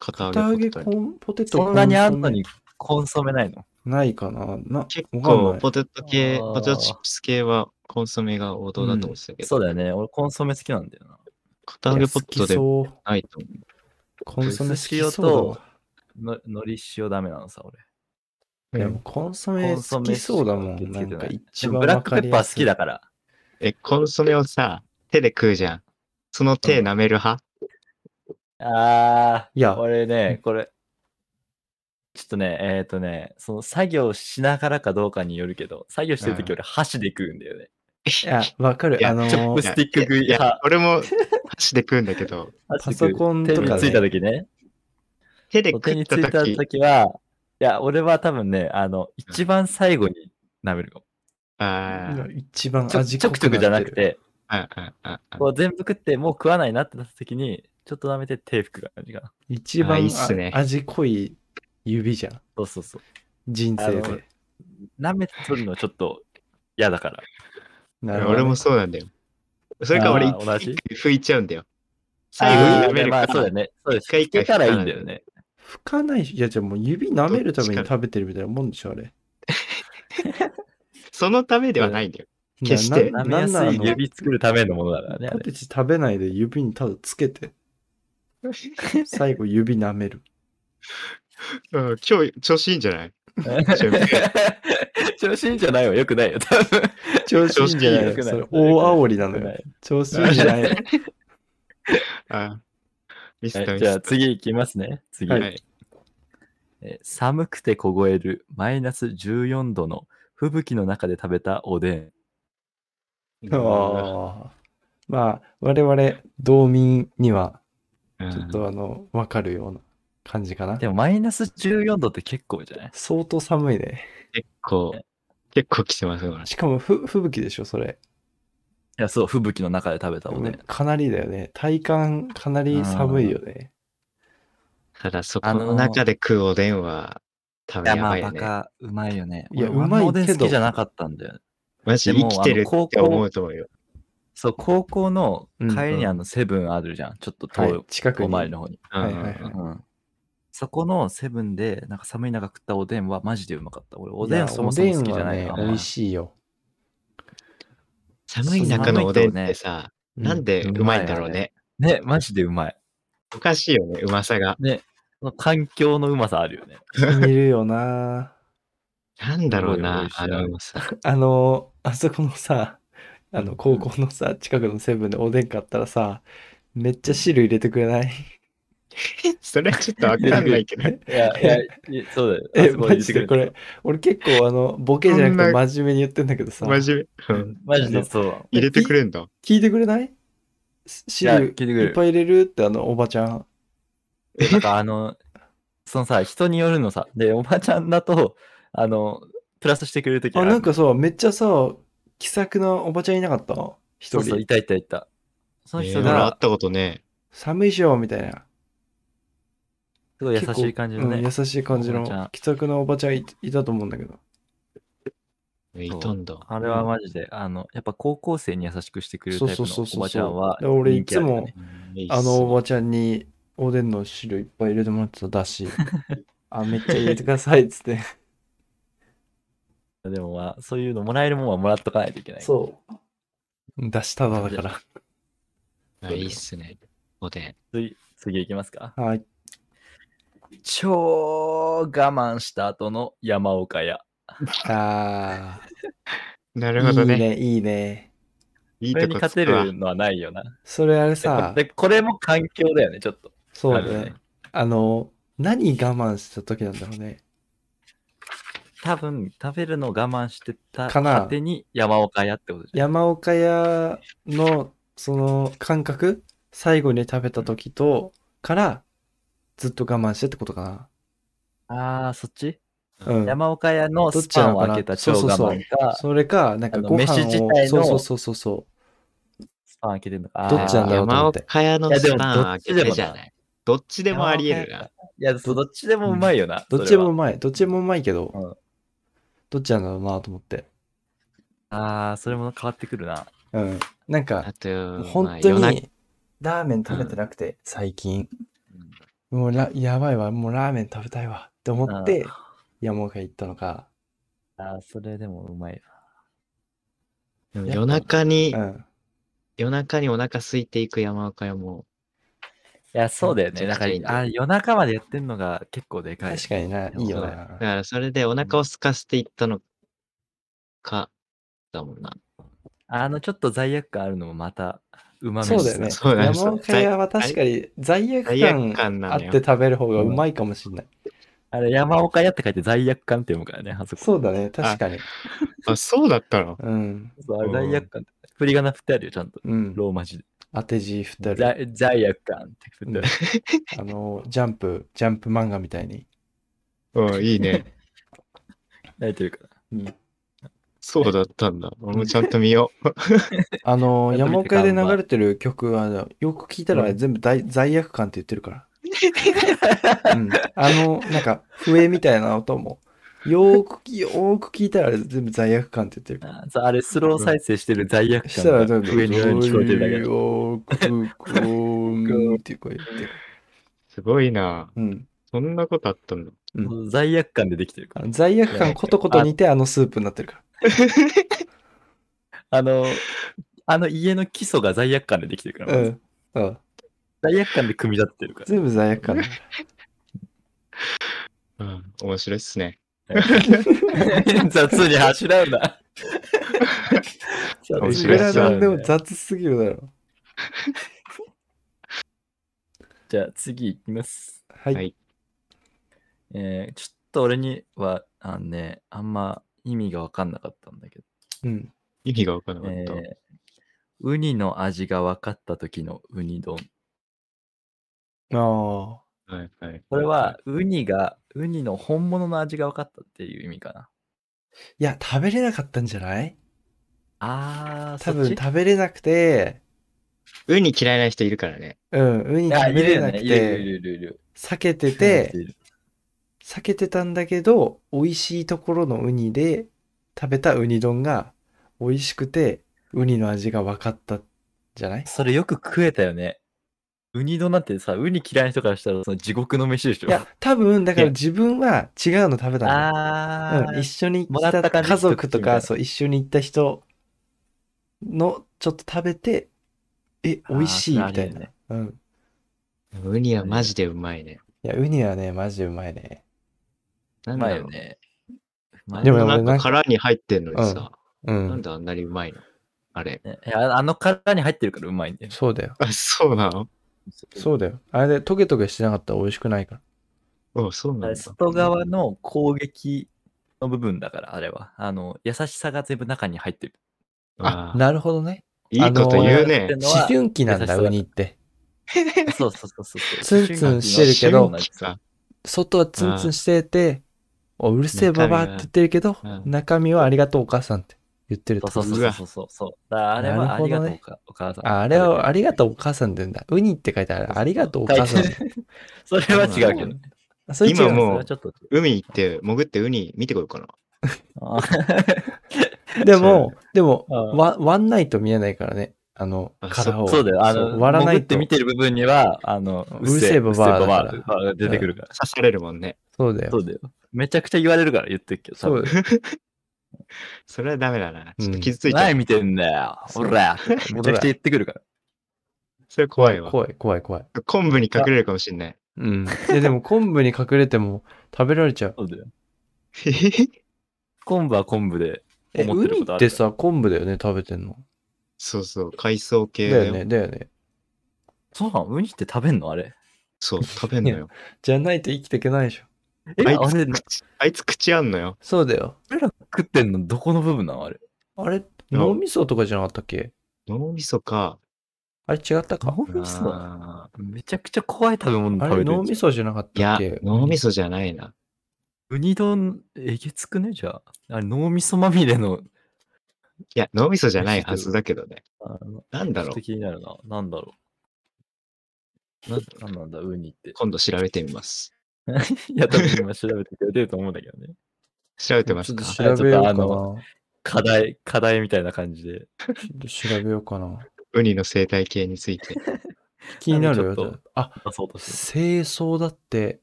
Speaker 3: 片
Speaker 1: 片
Speaker 3: 揚
Speaker 1: 揚
Speaker 3: げ
Speaker 1: げ
Speaker 3: ポテ
Speaker 1: コ
Speaker 3: トに。
Speaker 1: ンポテト
Speaker 2: そんなにあ
Speaker 1: コ
Speaker 2: ん
Speaker 1: ン
Speaker 2: の
Speaker 1: ソメ
Speaker 2: にコンソメないの
Speaker 1: ないかな。な
Speaker 3: 結
Speaker 1: わ
Speaker 3: 構
Speaker 1: かんない
Speaker 3: ポテト系、
Speaker 2: あー
Speaker 3: ポテトチップス系はコンソメが王道だと思ってたけど、
Speaker 2: そうだよね。俺コンソメ好きなんだよな。
Speaker 3: 片揚げポテトで
Speaker 1: いや好
Speaker 3: も
Speaker 1: きそう
Speaker 3: ないと思う。
Speaker 1: コンソメ好き
Speaker 2: 薄塩
Speaker 1: そうだ
Speaker 2: と
Speaker 1: わ。
Speaker 2: ののり塩ダメなのさ、俺。
Speaker 1: いやもうコンソメ好きそうだもん。なんか一
Speaker 2: でも
Speaker 1: 番
Speaker 2: ブラッ
Speaker 1: わ
Speaker 2: ク
Speaker 1: か
Speaker 2: ペッ
Speaker 1: り
Speaker 2: パ
Speaker 1: や
Speaker 2: ー好
Speaker 1: す
Speaker 2: き
Speaker 1: い。
Speaker 2: だから。
Speaker 3: え、コンソメをさ、手で食うじゃん。その手舐める派、
Speaker 2: ああ、
Speaker 1: いや
Speaker 2: 俺
Speaker 1: うん
Speaker 2: ね、これ、ちょっとね、えっ、とね、その作業しながらかどうかによるけど、作業してるとき
Speaker 1: うん
Speaker 2: 俺箸で食うんだよね。
Speaker 1: いや、わかる
Speaker 3: い。や
Speaker 1: あの
Speaker 2: チョップ
Speaker 1: ー
Speaker 2: スティック食い
Speaker 3: いや
Speaker 2: 派、
Speaker 3: 俺も箸で食うんだけ ど、
Speaker 1: パソコンとかね
Speaker 2: 手についた時ね。
Speaker 3: 手で食
Speaker 2: 手
Speaker 3: っ
Speaker 2: につ
Speaker 3: た
Speaker 2: いた
Speaker 3: 時
Speaker 2: 時は、いや、俺は多分ね、あの、一番最後に舐めるかも。
Speaker 3: あー
Speaker 1: 一番
Speaker 2: ちょ
Speaker 1: 味
Speaker 2: ちょくちょくじゃなくて、
Speaker 3: あ、あ、あ、あ、
Speaker 2: こう全部食ってもう食わないなってなった時に、ちょっと舐めて手拭く感じかな。
Speaker 1: 一
Speaker 3: あ
Speaker 1: 番
Speaker 3: いいっすね
Speaker 1: あ味濃い指じゃん。
Speaker 2: そうそうそう。
Speaker 1: 人生
Speaker 2: あの
Speaker 1: で。
Speaker 2: 舐めて取るのちょっと嫌だから。
Speaker 1: な
Speaker 3: 俺もそうなんだよ。それか俺
Speaker 2: あー同じ
Speaker 3: 一回拭いちゃうんだよ。最後
Speaker 2: あ
Speaker 3: に
Speaker 2: あ
Speaker 3: 舐める
Speaker 2: ま
Speaker 3: か
Speaker 2: あ、そうだ
Speaker 3: ら
Speaker 2: よ。ね。そうです。
Speaker 3: 一回一回
Speaker 2: 拭けたらいいんだよね。
Speaker 1: 拭かないし、いやじゃあもう指舐めるために食べてるみたいなもんでしょ、あれ。
Speaker 3: そのためではないんだよ。決し
Speaker 1: い
Speaker 3: て
Speaker 1: やな
Speaker 2: 舐めやす
Speaker 1: なん
Speaker 2: い
Speaker 1: なの
Speaker 2: 指作るためのものだからねあ
Speaker 1: ポ
Speaker 2: れ。
Speaker 1: テチ食べないで指にただつけ て、最後指舐める。
Speaker 3: うん今日調子いいんじゃない
Speaker 2: 調子いいんじゃないわ。よくないよ。多 分。
Speaker 1: 調子いいんじゃない
Speaker 2: 調子いいよ
Speaker 1: のそれ大煽りなのよ。調子いいんじゃないの
Speaker 3: あーミス
Speaker 2: は
Speaker 3: ター
Speaker 2: い
Speaker 3: ミ
Speaker 2: じゃ
Speaker 3: ス
Speaker 2: あ次いきますね。次。
Speaker 1: はい
Speaker 3: ター。はい。
Speaker 2: えー寒くて凍えるマイナス14度の吹雪の中で食べたおでん。
Speaker 1: ああまあ、我々、道民には、
Speaker 3: うん
Speaker 1: ちょっとあの、わかるような感じかな
Speaker 2: で。もマイナス14度って結構じゃない
Speaker 1: 相当寒いね。
Speaker 3: 結構、結構来てますよ。
Speaker 1: しかもふ、吹雪でしょ、それ。
Speaker 2: いや、そう、吹雪の中で食べたおでん。
Speaker 1: かなりだよね。体感、かなり寒いよね。
Speaker 3: ただそこの中で食うおでんは多
Speaker 2: いや、
Speaker 3: 分
Speaker 2: ま
Speaker 3: やば
Speaker 2: あ、
Speaker 3: いよ
Speaker 2: バ
Speaker 3: ね。
Speaker 2: カ、うまいよね。
Speaker 1: いや
Speaker 2: 俺
Speaker 1: うまい
Speaker 2: あんおでん
Speaker 1: けど
Speaker 2: 好きじゃなかったんだよ。
Speaker 3: マジで生きてるって思うと思うよ。
Speaker 2: そう、高校の帰り
Speaker 1: うんう
Speaker 2: に
Speaker 1: ん
Speaker 2: あの、セブンあるじゃん。ちょっと遠、
Speaker 1: はいい、近く
Speaker 2: お
Speaker 1: に。
Speaker 2: 前の方に。
Speaker 1: あもう
Speaker 3: うん
Speaker 1: はいはいは
Speaker 2: うん。そこのセブンで、なんか寒い中食ったおでんはマジでうまかった。俺、おで
Speaker 1: い
Speaker 2: ん
Speaker 1: や
Speaker 2: そもそも好きじゃない
Speaker 1: おでん
Speaker 2: の
Speaker 1: はね、
Speaker 2: あん
Speaker 1: 美
Speaker 2: ま
Speaker 1: 味しいよ。
Speaker 3: 寒い中のおでんってさ、
Speaker 1: うん
Speaker 3: なんでうまいんだろうね。
Speaker 2: ね、マジでうまい。
Speaker 3: おかしいよね、うまさが。
Speaker 2: ね、その環境のうまさあるよね。
Speaker 1: 見るよな。
Speaker 3: なんだろうな、
Speaker 2: すご
Speaker 3: あ
Speaker 2: い美味しい
Speaker 3: のうまさ。
Speaker 1: あの、あそこのさ、あの、高校のさ、近くのセブンでおでん買ったらさ、めっちゃ汁入れてくれない
Speaker 3: それはちょっとわかんないけ ど。
Speaker 2: いや、いや、いやそうだよ。あ
Speaker 1: え、
Speaker 2: そこ
Speaker 1: マ
Speaker 2: で言って
Speaker 1: ジ
Speaker 2: く
Speaker 1: で
Speaker 2: れ
Speaker 1: こ
Speaker 2: た
Speaker 1: れ、俺結構あの、ボケじゃなくて
Speaker 3: こん
Speaker 1: 真面目に言ってんだけどさ、
Speaker 3: 真面目。うん
Speaker 2: マジでそう。
Speaker 3: 入れてくれんだ。
Speaker 1: 聞いてくれないし
Speaker 2: いや
Speaker 1: 汁
Speaker 2: 聞いてくれる
Speaker 1: いっぱい入れるってあの、おばちゃん。
Speaker 2: でなんかあの、そのさ、人によるのさ、で、おばちゃんだと、あの、プラスしてくれるとき
Speaker 1: あ、なんかさ、めっちゃさ、気さくなおばちゃんいなかった
Speaker 2: そ
Speaker 1: 一
Speaker 2: うそ
Speaker 1: 人
Speaker 2: う、い。たいたいた。その
Speaker 3: え
Speaker 2: 人
Speaker 3: ー俺会っ
Speaker 2: が、
Speaker 3: たことね。
Speaker 1: 寒いっしょ、みたいな。
Speaker 2: すごい優しい感じの
Speaker 1: うん
Speaker 2: ね
Speaker 1: 優。しい感じ
Speaker 2: おばちゃ
Speaker 1: の
Speaker 2: ん、
Speaker 1: 気さくなおばちゃんいいたと思うんだけど。
Speaker 3: いたんだ。
Speaker 2: あれはマジで、あの、やっぱ高校生に優しくしてくれるタイプ
Speaker 1: そうそうそう
Speaker 2: の
Speaker 1: そう
Speaker 2: おばちゃんは
Speaker 1: だから俺
Speaker 2: 人気あるよね、
Speaker 1: いつ
Speaker 3: うんいいっす
Speaker 1: あのおばちゃんにおでんの汁いっぱい入れてもらってただ し、あ、めっちゃ入れてくださいっつって。
Speaker 2: でもまあ、そういうのもらえるもんはもらっとかないといけない。
Speaker 1: そう。出しただだか
Speaker 3: あいいっすね。おでん。
Speaker 2: 次、次行きますか。
Speaker 1: ら。はい。
Speaker 2: 超我慢した後の山岡屋。
Speaker 1: あ
Speaker 3: な
Speaker 1: あ。
Speaker 3: るほど
Speaker 1: いい
Speaker 3: ね。
Speaker 1: ね、いいね。
Speaker 3: いい
Speaker 2: これ
Speaker 3: と
Speaker 2: に
Speaker 3: こ
Speaker 2: 勝
Speaker 3: つく
Speaker 2: て
Speaker 3: わ
Speaker 2: る。のはないよな。
Speaker 1: それあれ
Speaker 2: で
Speaker 1: さ
Speaker 2: こ、でこれも環境だよね、ちょっと。
Speaker 1: そう
Speaker 2: ある
Speaker 1: ね
Speaker 2: ね。
Speaker 1: あの、何我慢した時なんだろうね。
Speaker 2: 多分食べるのを我慢してた
Speaker 1: かな
Speaker 2: 果てに山岡屋ってことじゃん。
Speaker 1: 山岡屋のその感覚、最後に食べた時と、から、ずっと我慢してってことか
Speaker 2: ああ、そっち、
Speaker 1: な。うん。
Speaker 2: 山岡屋のスパンを開けた超
Speaker 1: どっちな
Speaker 2: 我
Speaker 1: のかな
Speaker 2: 慢か、
Speaker 1: それか、なんか
Speaker 2: あの
Speaker 1: ご飯
Speaker 2: 飯自体
Speaker 1: を、
Speaker 2: の
Speaker 1: そうそうそうそうそう。
Speaker 2: スパン開けてるのか。
Speaker 1: どっちなんだろうと
Speaker 3: 山
Speaker 1: 思って
Speaker 3: 岡屋の
Speaker 2: いやで
Speaker 3: ス
Speaker 2: も
Speaker 3: パン開けてじゃない。どっちで
Speaker 2: で
Speaker 3: もあり得るな。。
Speaker 2: いや、そうどっちでもうまいよな。
Speaker 1: どっちでもう
Speaker 2: い。
Speaker 1: まい。どっちでもうまいけど、
Speaker 2: うん
Speaker 1: どっちなんだろうなと思って。
Speaker 2: ああ、それも変わってくるな。
Speaker 1: うん。なん
Speaker 3: あ
Speaker 1: か、
Speaker 3: と、
Speaker 1: 本
Speaker 3: まあ夜
Speaker 1: 当
Speaker 3: 中
Speaker 1: に、ラーメン食べてなくて、最近。もうラ、やばいわ。もうラーメン食べたいわ。って思って、山岡行ったのか。
Speaker 2: ああ、それでもうまいわ。
Speaker 3: でも夜中に
Speaker 1: う、ん。
Speaker 3: 夜中にお腹空いていく山岡屋も、
Speaker 2: いや、そうだよね。
Speaker 3: めち
Speaker 2: だ
Speaker 3: ゃく
Speaker 2: か
Speaker 3: ちゃいいんだよ
Speaker 2: ら、あー夜中までやってんのが結構でかい。
Speaker 1: 確かにな、いいよ
Speaker 3: だ
Speaker 1: な。
Speaker 3: からそれでお腹を空かせていったのか、だもんな。
Speaker 2: あの、ちょっと罪悪感あるのもまた、うまみ
Speaker 1: そうだよね。
Speaker 3: そうだよ
Speaker 1: 山岡屋は確かに罪悪
Speaker 3: 罪悪
Speaker 1: 感
Speaker 3: 感な
Speaker 1: あっ
Speaker 3: のよ
Speaker 1: て。食べる方がうまいかもしれない。
Speaker 2: あれ、山岡屋って書いて罪悪感って読むからね、あそこ。
Speaker 1: そうだね、確かに。
Speaker 3: あ、そうだったの
Speaker 1: うん。
Speaker 2: そうあれ罪悪感って。振り仮名振ってあるよ、ちゃんと。
Speaker 1: うん。
Speaker 2: ローマ字で。
Speaker 1: 当て字太る。
Speaker 2: 罪罪悪感ってことだよ
Speaker 1: あの、ジャンプ、ジャンプ漫画みたいに。
Speaker 3: おいいね。
Speaker 2: 泣いてるから。
Speaker 3: そうだったんだ。俺もちゃんと見よう。
Speaker 1: あの、
Speaker 2: やっ
Speaker 1: 山
Speaker 2: と見て
Speaker 1: 岡で流れてる曲は、あのよく聞いたら全部大、罪悪感って言ってる から。うん。あの、なんか、笛みたいな音も、よーくき、よーく聞いたらあれ全部罪悪感って言ってるから。
Speaker 2: あーそうあれ、スロー再生してる罪悪
Speaker 1: したら、全
Speaker 2: 感が
Speaker 1: 部、
Speaker 2: 上のように聞こえてるだけだ。
Speaker 1: よーく、こーんっていう声言ってる。
Speaker 3: すごいな。
Speaker 1: うん。
Speaker 3: そんなことあったんだ。
Speaker 1: うん
Speaker 2: もう罪悪感でできてるか
Speaker 1: あ
Speaker 2: ら
Speaker 1: の。罪悪感ことこと似て、あのスープになってるから。
Speaker 2: あの、あの家の基礎が罪悪感でできてるから、
Speaker 1: うん。うん
Speaker 2: 罪悪感で組み立ててるから。
Speaker 1: 全部罪悪感。
Speaker 3: うん、面白いっすね。
Speaker 2: 雑に走らうな。
Speaker 3: 面
Speaker 1: い
Speaker 3: 白
Speaker 1: く
Speaker 3: い
Speaker 1: ら
Speaker 3: っす
Speaker 1: な
Speaker 3: ね
Speaker 1: んでも雑すぎるだろ。
Speaker 2: じゃあ次いきます。
Speaker 1: はい。
Speaker 3: はい
Speaker 2: えーちょっと俺には、あのね、あんま意味が分かんなかったんだけ
Speaker 1: うん。
Speaker 3: 意味がわから
Speaker 2: ど、
Speaker 3: なかっ
Speaker 2: え
Speaker 3: た。
Speaker 2: ーウニの味が分かった時のウニ丼。
Speaker 1: あ
Speaker 3: はいはい。
Speaker 2: これは、ウニが、ウニの本物の味が分かったっていう意味かな。
Speaker 1: あ。いや、食べれなかったんじゃない
Speaker 2: あー、
Speaker 1: 多
Speaker 2: そ
Speaker 1: 分
Speaker 2: っち
Speaker 1: 食べれなくて、
Speaker 3: ウニ嫌いな人いるからね。
Speaker 1: うん、ウニ
Speaker 2: あ
Speaker 1: 食
Speaker 2: い
Speaker 1: べ
Speaker 2: る
Speaker 1: れ
Speaker 2: よ
Speaker 1: な
Speaker 2: ね
Speaker 1: く
Speaker 2: いるい
Speaker 1: て、
Speaker 2: るいるいる。
Speaker 1: 避けて
Speaker 2: い
Speaker 1: て、
Speaker 2: る
Speaker 1: 避けてたんだけど、美味しいところのウニで食べたウニ丼が美味しくて、ウニの味が分かったんじゃない
Speaker 2: それよく食えたよね。ウニ丼なんてさ、ウニ嫌いな人からしたらその地獄の飯でしょ。
Speaker 1: いや、多分、だか
Speaker 2: い
Speaker 1: ら
Speaker 2: や
Speaker 1: 自分は違うの食べたんだよ。
Speaker 2: あ
Speaker 1: うん、
Speaker 2: ー
Speaker 1: 一、緒に
Speaker 2: もら
Speaker 1: 来
Speaker 2: ったた感じ
Speaker 1: 家族と
Speaker 2: 一口みたい
Speaker 1: か、
Speaker 2: な
Speaker 1: そう、一緒に行った人のちょっと食べて、え、
Speaker 2: あー
Speaker 1: 美味しい
Speaker 2: それあ
Speaker 1: み
Speaker 2: り
Speaker 1: た
Speaker 2: え
Speaker 1: い
Speaker 2: る
Speaker 1: な。
Speaker 2: ね
Speaker 1: うん。
Speaker 3: ウニはマジでうまいね。
Speaker 1: いや、ウニはね、マジでうまいね。
Speaker 3: な
Speaker 2: うんまい
Speaker 3: だ
Speaker 2: よ
Speaker 3: ろう。
Speaker 2: ね。
Speaker 1: で
Speaker 3: で
Speaker 1: も
Speaker 3: も
Speaker 1: ね
Speaker 3: なん
Speaker 1: 俺なん
Speaker 3: か
Speaker 1: か
Speaker 3: 殻に入ってんのにさ、
Speaker 1: う
Speaker 3: なん
Speaker 1: ん。
Speaker 3: であんなにうまいのあれ。
Speaker 2: ねいやあの殻に入ってるからうまいんだよ。
Speaker 1: そうだよ。
Speaker 3: あ、そうなの
Speaker 1: そうだよ。あれでトゲトゲしてなかったら美味しくないから。
Speaker 3: おそう
Speaker 2: あ
Speaker 3: なん
Speaker 2: れ
Speaker 3: だ。
Speaker 2: 外側の攻撃の部分だから、あれは。あの、優しさが全部中に入 ってる。
Speaker 1: あ
Speaker 3: あ、
Speaker 1: なるほどね。
Speaker 3: いいこと言うね。
Speaker 1: 思春期なん
Speaker 2: 優しさ
Speaker 1: だ、
Speaker 2: だ
Speaker 1: ウニって。
Speaker 2: そうそうそうそう。
Speaker 1: ツンツンしてるけど
Speaker 2: 思春期の
Speaker 3: さ
Speaker 1: 外はツンツンしてて、おうるせえ
Speaker 3: 中
Speaker 1: バ
Speaker 3: 身
Speaker 1: バ
Speaker 3: は
Speaker 1: アって言ってるけど、
Speaker 3: うん
Speaker 1: 中身はありがとうお母さんって言ってると。
Speaker 2: そうそうそうそうそうそう。だからあれはありがとうか、お母さん。
Speaker 1: ああれはありがとうお母さんって言うんだ。ウニって書いてある。ありがとうお母さん。
Speaker 2: それは違うけどね。
Speaker 1: あそれ違う
Speaker 3: 今
Speaker 2: そ
Speaker 3: も
Speaker 2: れ
Speaker 3: う
Speaker 2: はちょっと違う。
Speaker 3: 海行って、潜ってウニ見てこようかな。
Speaker 2: あー
Speaker 1: でも、でも、
Speaker 2: うん
Speaker 1: わワンナイト見えないからね。あの、
Speaker 3: あ
Speaker 1: 殻を。
Speaker 2: そうだよ。あの、
Speaker 1: そう割らないと
Speaker 2: 潜って見てる部分には、あの、
Speaker 1: うるせえババアだから
Speaker 2: うっせえババアが出てくるから。
Speaker 3: 刺されるも んね。
Speaker 1: そうだよ
Speaker 2: そ。うだよ。めちゃくちゃ言われるから言ってるけど、
Speaker 1: そう
Speaker 2: 多分
Speaker 1: だよ。
Speaker 3: それはダメだな。ちょっと傷ついちゃう。
Speaker 2: 何見てんだよ。ほら。めちゃくちゃ言ってくるから。
Speaker 3: それ怖いわ。
Speaker 1: 怖い、怖い、怖い。
Speaker 3: 昆布に隠れるかもし んない。
Speaker 1: うん。で、でも昆布に隠れても食べられちゃう。
Speaker 2: そうだよ。昆布は昆布で。
Speaker 1: え、
Speaker 2: 思っ
Speaker 1: ウ
Speaker 2: てる
Speaker 1: ニ
Speaker 2: こと
Speaker 1: っ
Speaker 2: あ
Speaker 1: て
Speaker 2: る
Speaker 1: さ、昆布だよね、食べてんの。
Speaker 3: そうそう、海藻系
Speaker 1: だよ
Speaker 3: だよ。
Speaker 1: ね、だよね。
Speaker 2: そうなのウニって食べんのあれ。
Speaker 3: そう、食べんのよ。
Speaker 1: じゃないと生きていけないでしょ。
Speaker 2: え、
Speaker 3: あい
Speaker 2: あれ
Speaker 3: つ、、口あいつ口あんのよ。
Speaker 1: そうだよ。
Speaker 2: 俺ら食ってんのどこの部分なのあれ。
Speaker 1: あれ、
Speaker 3: うん
Speaker 1: 脳みそとかじゃなかったっけ
Speaker 3: 脳みそか。
Speaker 1: あれ違ったか
Speaker 2: 脳みそだな。
Speaker 3: あ
Speaker 2: めちゃくちゃ怖い食べ物
Speaker 1: あ
Speaker 2: 食
Speaker 1: れ
Speaker 2: べて
Speaker 1: 脳
Speaker 2: る
Speaker 1: み。そじゃなかっ
Speaker 3: ーい
Speaker 1: たっ
Speaker 3: や
Speaker 1: け、
Speaker 3: 脳みそじゃないな。
Speaker 2: ウニ丼、えげつくねじゃあ。あれ脳みそまみれの、
Speaker 3: いや、脳みそじゃないはずだけどね。
Speaker 2: あの
Speaker 3: なんだ
Speaker 2: ち
Speaker 3: ろ
Speaker 2: ょっと気になるな。なんだろう。ななんなんだ、ウニって
Speaker 3: う。。今度調べてみます。
Speaker 2: いや、多分今調べてくれてると思うんだけどね。
Speaker 3: 調べてます
Speaker 1: ち
Speaker 3: か
Speaker 1: ょっと調べようかな。
Speaker 2: あ
Speaker 1: ち
Speaker 2: ちょっ
Speaker 1: ょ
Speaker 2: 課題、課題みたいな感じで。
Speaker 1: っと調べようかな。
Speaker 3: ウニの生態系について。
Speaker 1: 気になる
Speaker 2: ちょっ
Speaker 1: よ
Speaker 2: と。
Speaker 1: あ、
Speaker 2: 出そうとして
Speaker 1: 清掃だって、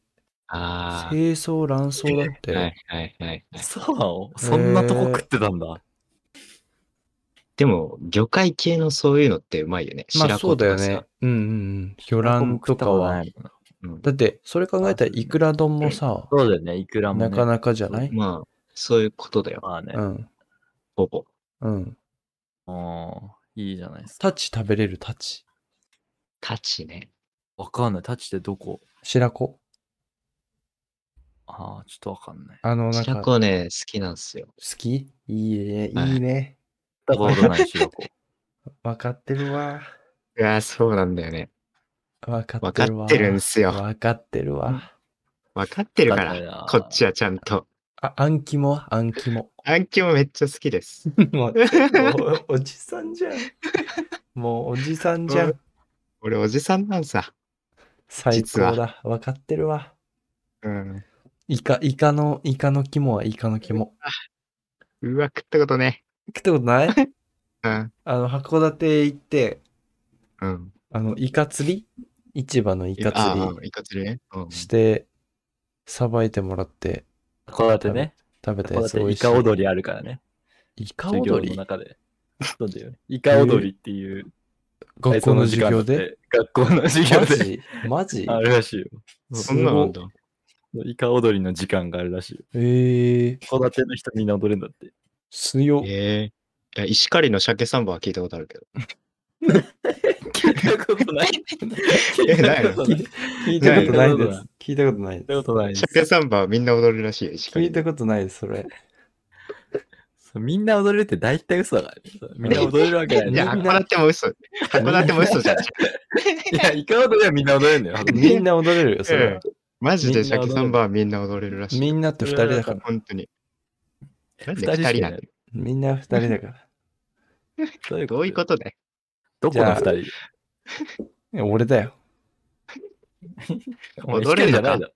Speaker 3: ああ。
Speaker 1: 清掃卵巣だっ
Speaker 3: は
Speaker 1: て
Speaker 3: い。はいはい
Speaker 2: る。
Speaker 3: はい。
Speaker 2: そうなのそんなとこ食ってたんだ。
Speaker 3: でも、魚介系のそういうのってうまいよね。
Speaker 1: まあ
Speaker 3: 白
Speaker 1: そうだ
Speaker 3: 子と
Speaker 1: よ
Speaker 3: かさ
Speaker 1: ね。。うんうんうん。魚卵とかは。
Speaker 3: うん
Speaker 1: だって、それ考えたらイクラ丼もさ、
Speaker 2: そうだよね、いくらも、ね。
Speaker 1: なかなかじゃない
Speaker 3: まあ、そういうことだよ。
Speaker 2: まあね
Speaker 1: う、ん。
Speaker 3: ほぼ。
Speaker 1: うん。
Speaker 2: うん。いいじゃないですか。
Speaker 1: タチ食べれるタチ。
Speaker 3: タチね。
Speaker 2: わかんない。タッチってどこ
Speaker 1: 白子。
Speaker 2: ああ、ちょっとわかんない。
Speaker 1: あの、なん
Speaker 3: 白
Speaker 1: か、好
Speaker 3: 子ね、好きなんすよ。
Speaker 1: きいいね、
Speaker 3: はい
Speaker 1: いいね。
Speaker 2: ゴールドない白子。
Speaker 1: わかってるわ。
Speaker 3: いや、そうなんだよね。
Speaker 1: わか
Speaker 3: わ
Speaker 1: って
Speaker 3: かっ
Speaker 1: るわ。
Speaker 3: てるんすよ。
Speaker 1: わかってるわ。
Speaker 3: わかってるか
Speaker 2: わかんない
Speaker 3: ら
Speaker 2: な、
Speaker 3: こっちはちゃんと。
Speaker 1: あ、暗記も暗記も。
Speaker 3: 暗記もめっちゃ好き です。
Speaker 1: もうもうおじさんじゃん。もうおじさんじゃん。
Speaker 3: 俺、おじさんなんさ。
Speaker 1: 最
Speaker 3: 実は
Speaker 1: 高だ。わかってるわ。
Speaker 3: うん。
Speaker 1: イカ、イカの、イカの肝はイカの肝。
Speaker 3: うわ、食ったことね。
Speaker 1: 食ったことない
Speaker 3: うん。
Speaker 1: あの、函館行って、
Speaker 3: うん。
Speaker 1: あの、イカ釣り市場のイカ
Speaker 3: あ
Speaker 1: 釣
Speaker 3: ーイカ釣りね。うん
Speaker 1: りして、さばいてもらって
Speaker 2: こうやってね、
Speaker 1: 食べた
Speaker 2: こう
Speaker 1: や
Speaker 2: やっ
Speaker 1: つ美
Speaker 2: て
Speaker 1: 味
Speaker 2: イ
Speaker 1: しい。
Speaker 2: カ踊りあるからね。
Speaker 1: イカ
Speaker 2: 授業
Speaker 1: 踊
Speaker 2: の
Speaker 1: り
Speaker 2: 中で。そうだよね。イカ踊りっていう
Speaker 1: 学校の授業
Speaker 2: 体
Speaker 1: で
Speaker 2: 操の時間があ
Speaker 1: マ
Speaker 2: って。学校の授業で。
Speaker 1: ジマジ
Speaker 2: あるらしいよ。
Speaker 3: そんなのあんだ。
Speaker 2: イカ踊りの時間があるらしいよ。
Speaker 1: えー、
Speaker 2: 育ての人みんな踊れんだって。
Speaker 1: 強。
Speaker 3: ええいや石狩の鮭サンバは聞いたことあるけど。
Speaker 2: 聞いたことない。 聞
Speaker 3: えないの
Speaker 2: 聞い
Speaker 1: 聞いたことないで
Speaker 2: ない
Speaker 1: す。聞いたことないです
Speaker 2: たことないです。
Speaker 3: 鮭サンバはみんな踊るらしいよ、石
Speaker 1: 聞い
Speaker 3: 狩。
Speaker 1: たことないです、そ れ。
Speaker 2: そうみんな踊れるって大体嘘だから、ね。そうみんな踊れるわけない
Speaker 3: い
Speaker 2: ね。
Speaker 3: や、函館も嘘。函館も嘘じゃん。
Speaker 2: いや、イカ踊りはみんな踊れるんだよ。
Speaker 1: みんな踊れるよ、それは。
Speaker 3: マジで鮭サンバはみんな踊れるらしい。
Speaker 1: みんなって二人だから。
Speaker 3: 本当に。なんで
Speaker 2: 二人
Speaker 3: 二
Speaker 2: しか
Speaker 3: 人ないん
Speaker 2: な
Speaker 3: だ
Speaker 2: い
Speaker 3: よ
Speaker 1: みんな二人だから。
Speaker 2: どういう
Speaker 3: どういうことだよ。
Speaker 2: どこの二人
Speaker 1: いや俺だよ。
Speaker 2: お前
Speaker 3: 踊れん
Speaker 2: 一人じ
Speaker 3: の
Speaker 2: ゃ
Speaker 3: か
Speaker 2: ないだろ。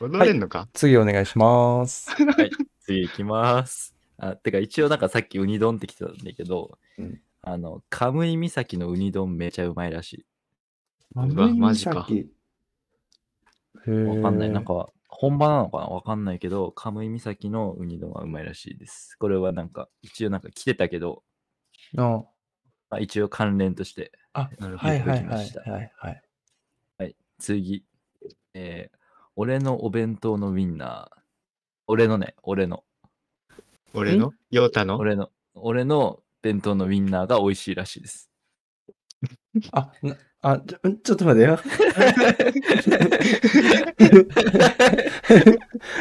Speaker 3: 踊れんのか
Speaker 1: 次お願いし ます。
Speaker 2: 次行きます。あてか一応なんかさっきウニ丼って来てたんだけど、
Speaker 1: うん
Speaker 2: あの、カムイ岬のウニ丼めちゃうまいらし
Speaker 3: うわマジか
Speaker 1: へ
Speaker 2: い。
Speaker 1: ー
Speaker 2: わかんない。なんか本場なのかなわかんないけど、カムイ岬のウニ丼はうまいらしいです。これはなんか一応なんか来てたけど、
Speaker 1: あ
Speaker 2: まあ、一応関連として。
Speaker 1: あ
Speaker 2: なるほど
Speaker 1: はいはい
Speaker 2: 行き
Speaker 1: は
Speaker 2: ま
Speaker 1: い
Speaker 2: した
Speaker 1: はいはい。
Speaker 2: 次、えー俺のお弁当のウィンナー。俺のね、俺の。
Speaker 3: 俺のヨータの
Speaker 2: 俺の、俺の弁当のウィンナーが美味しいらしいです。
Speaker 1: あ、なあちょ、んちょっと待ってよ。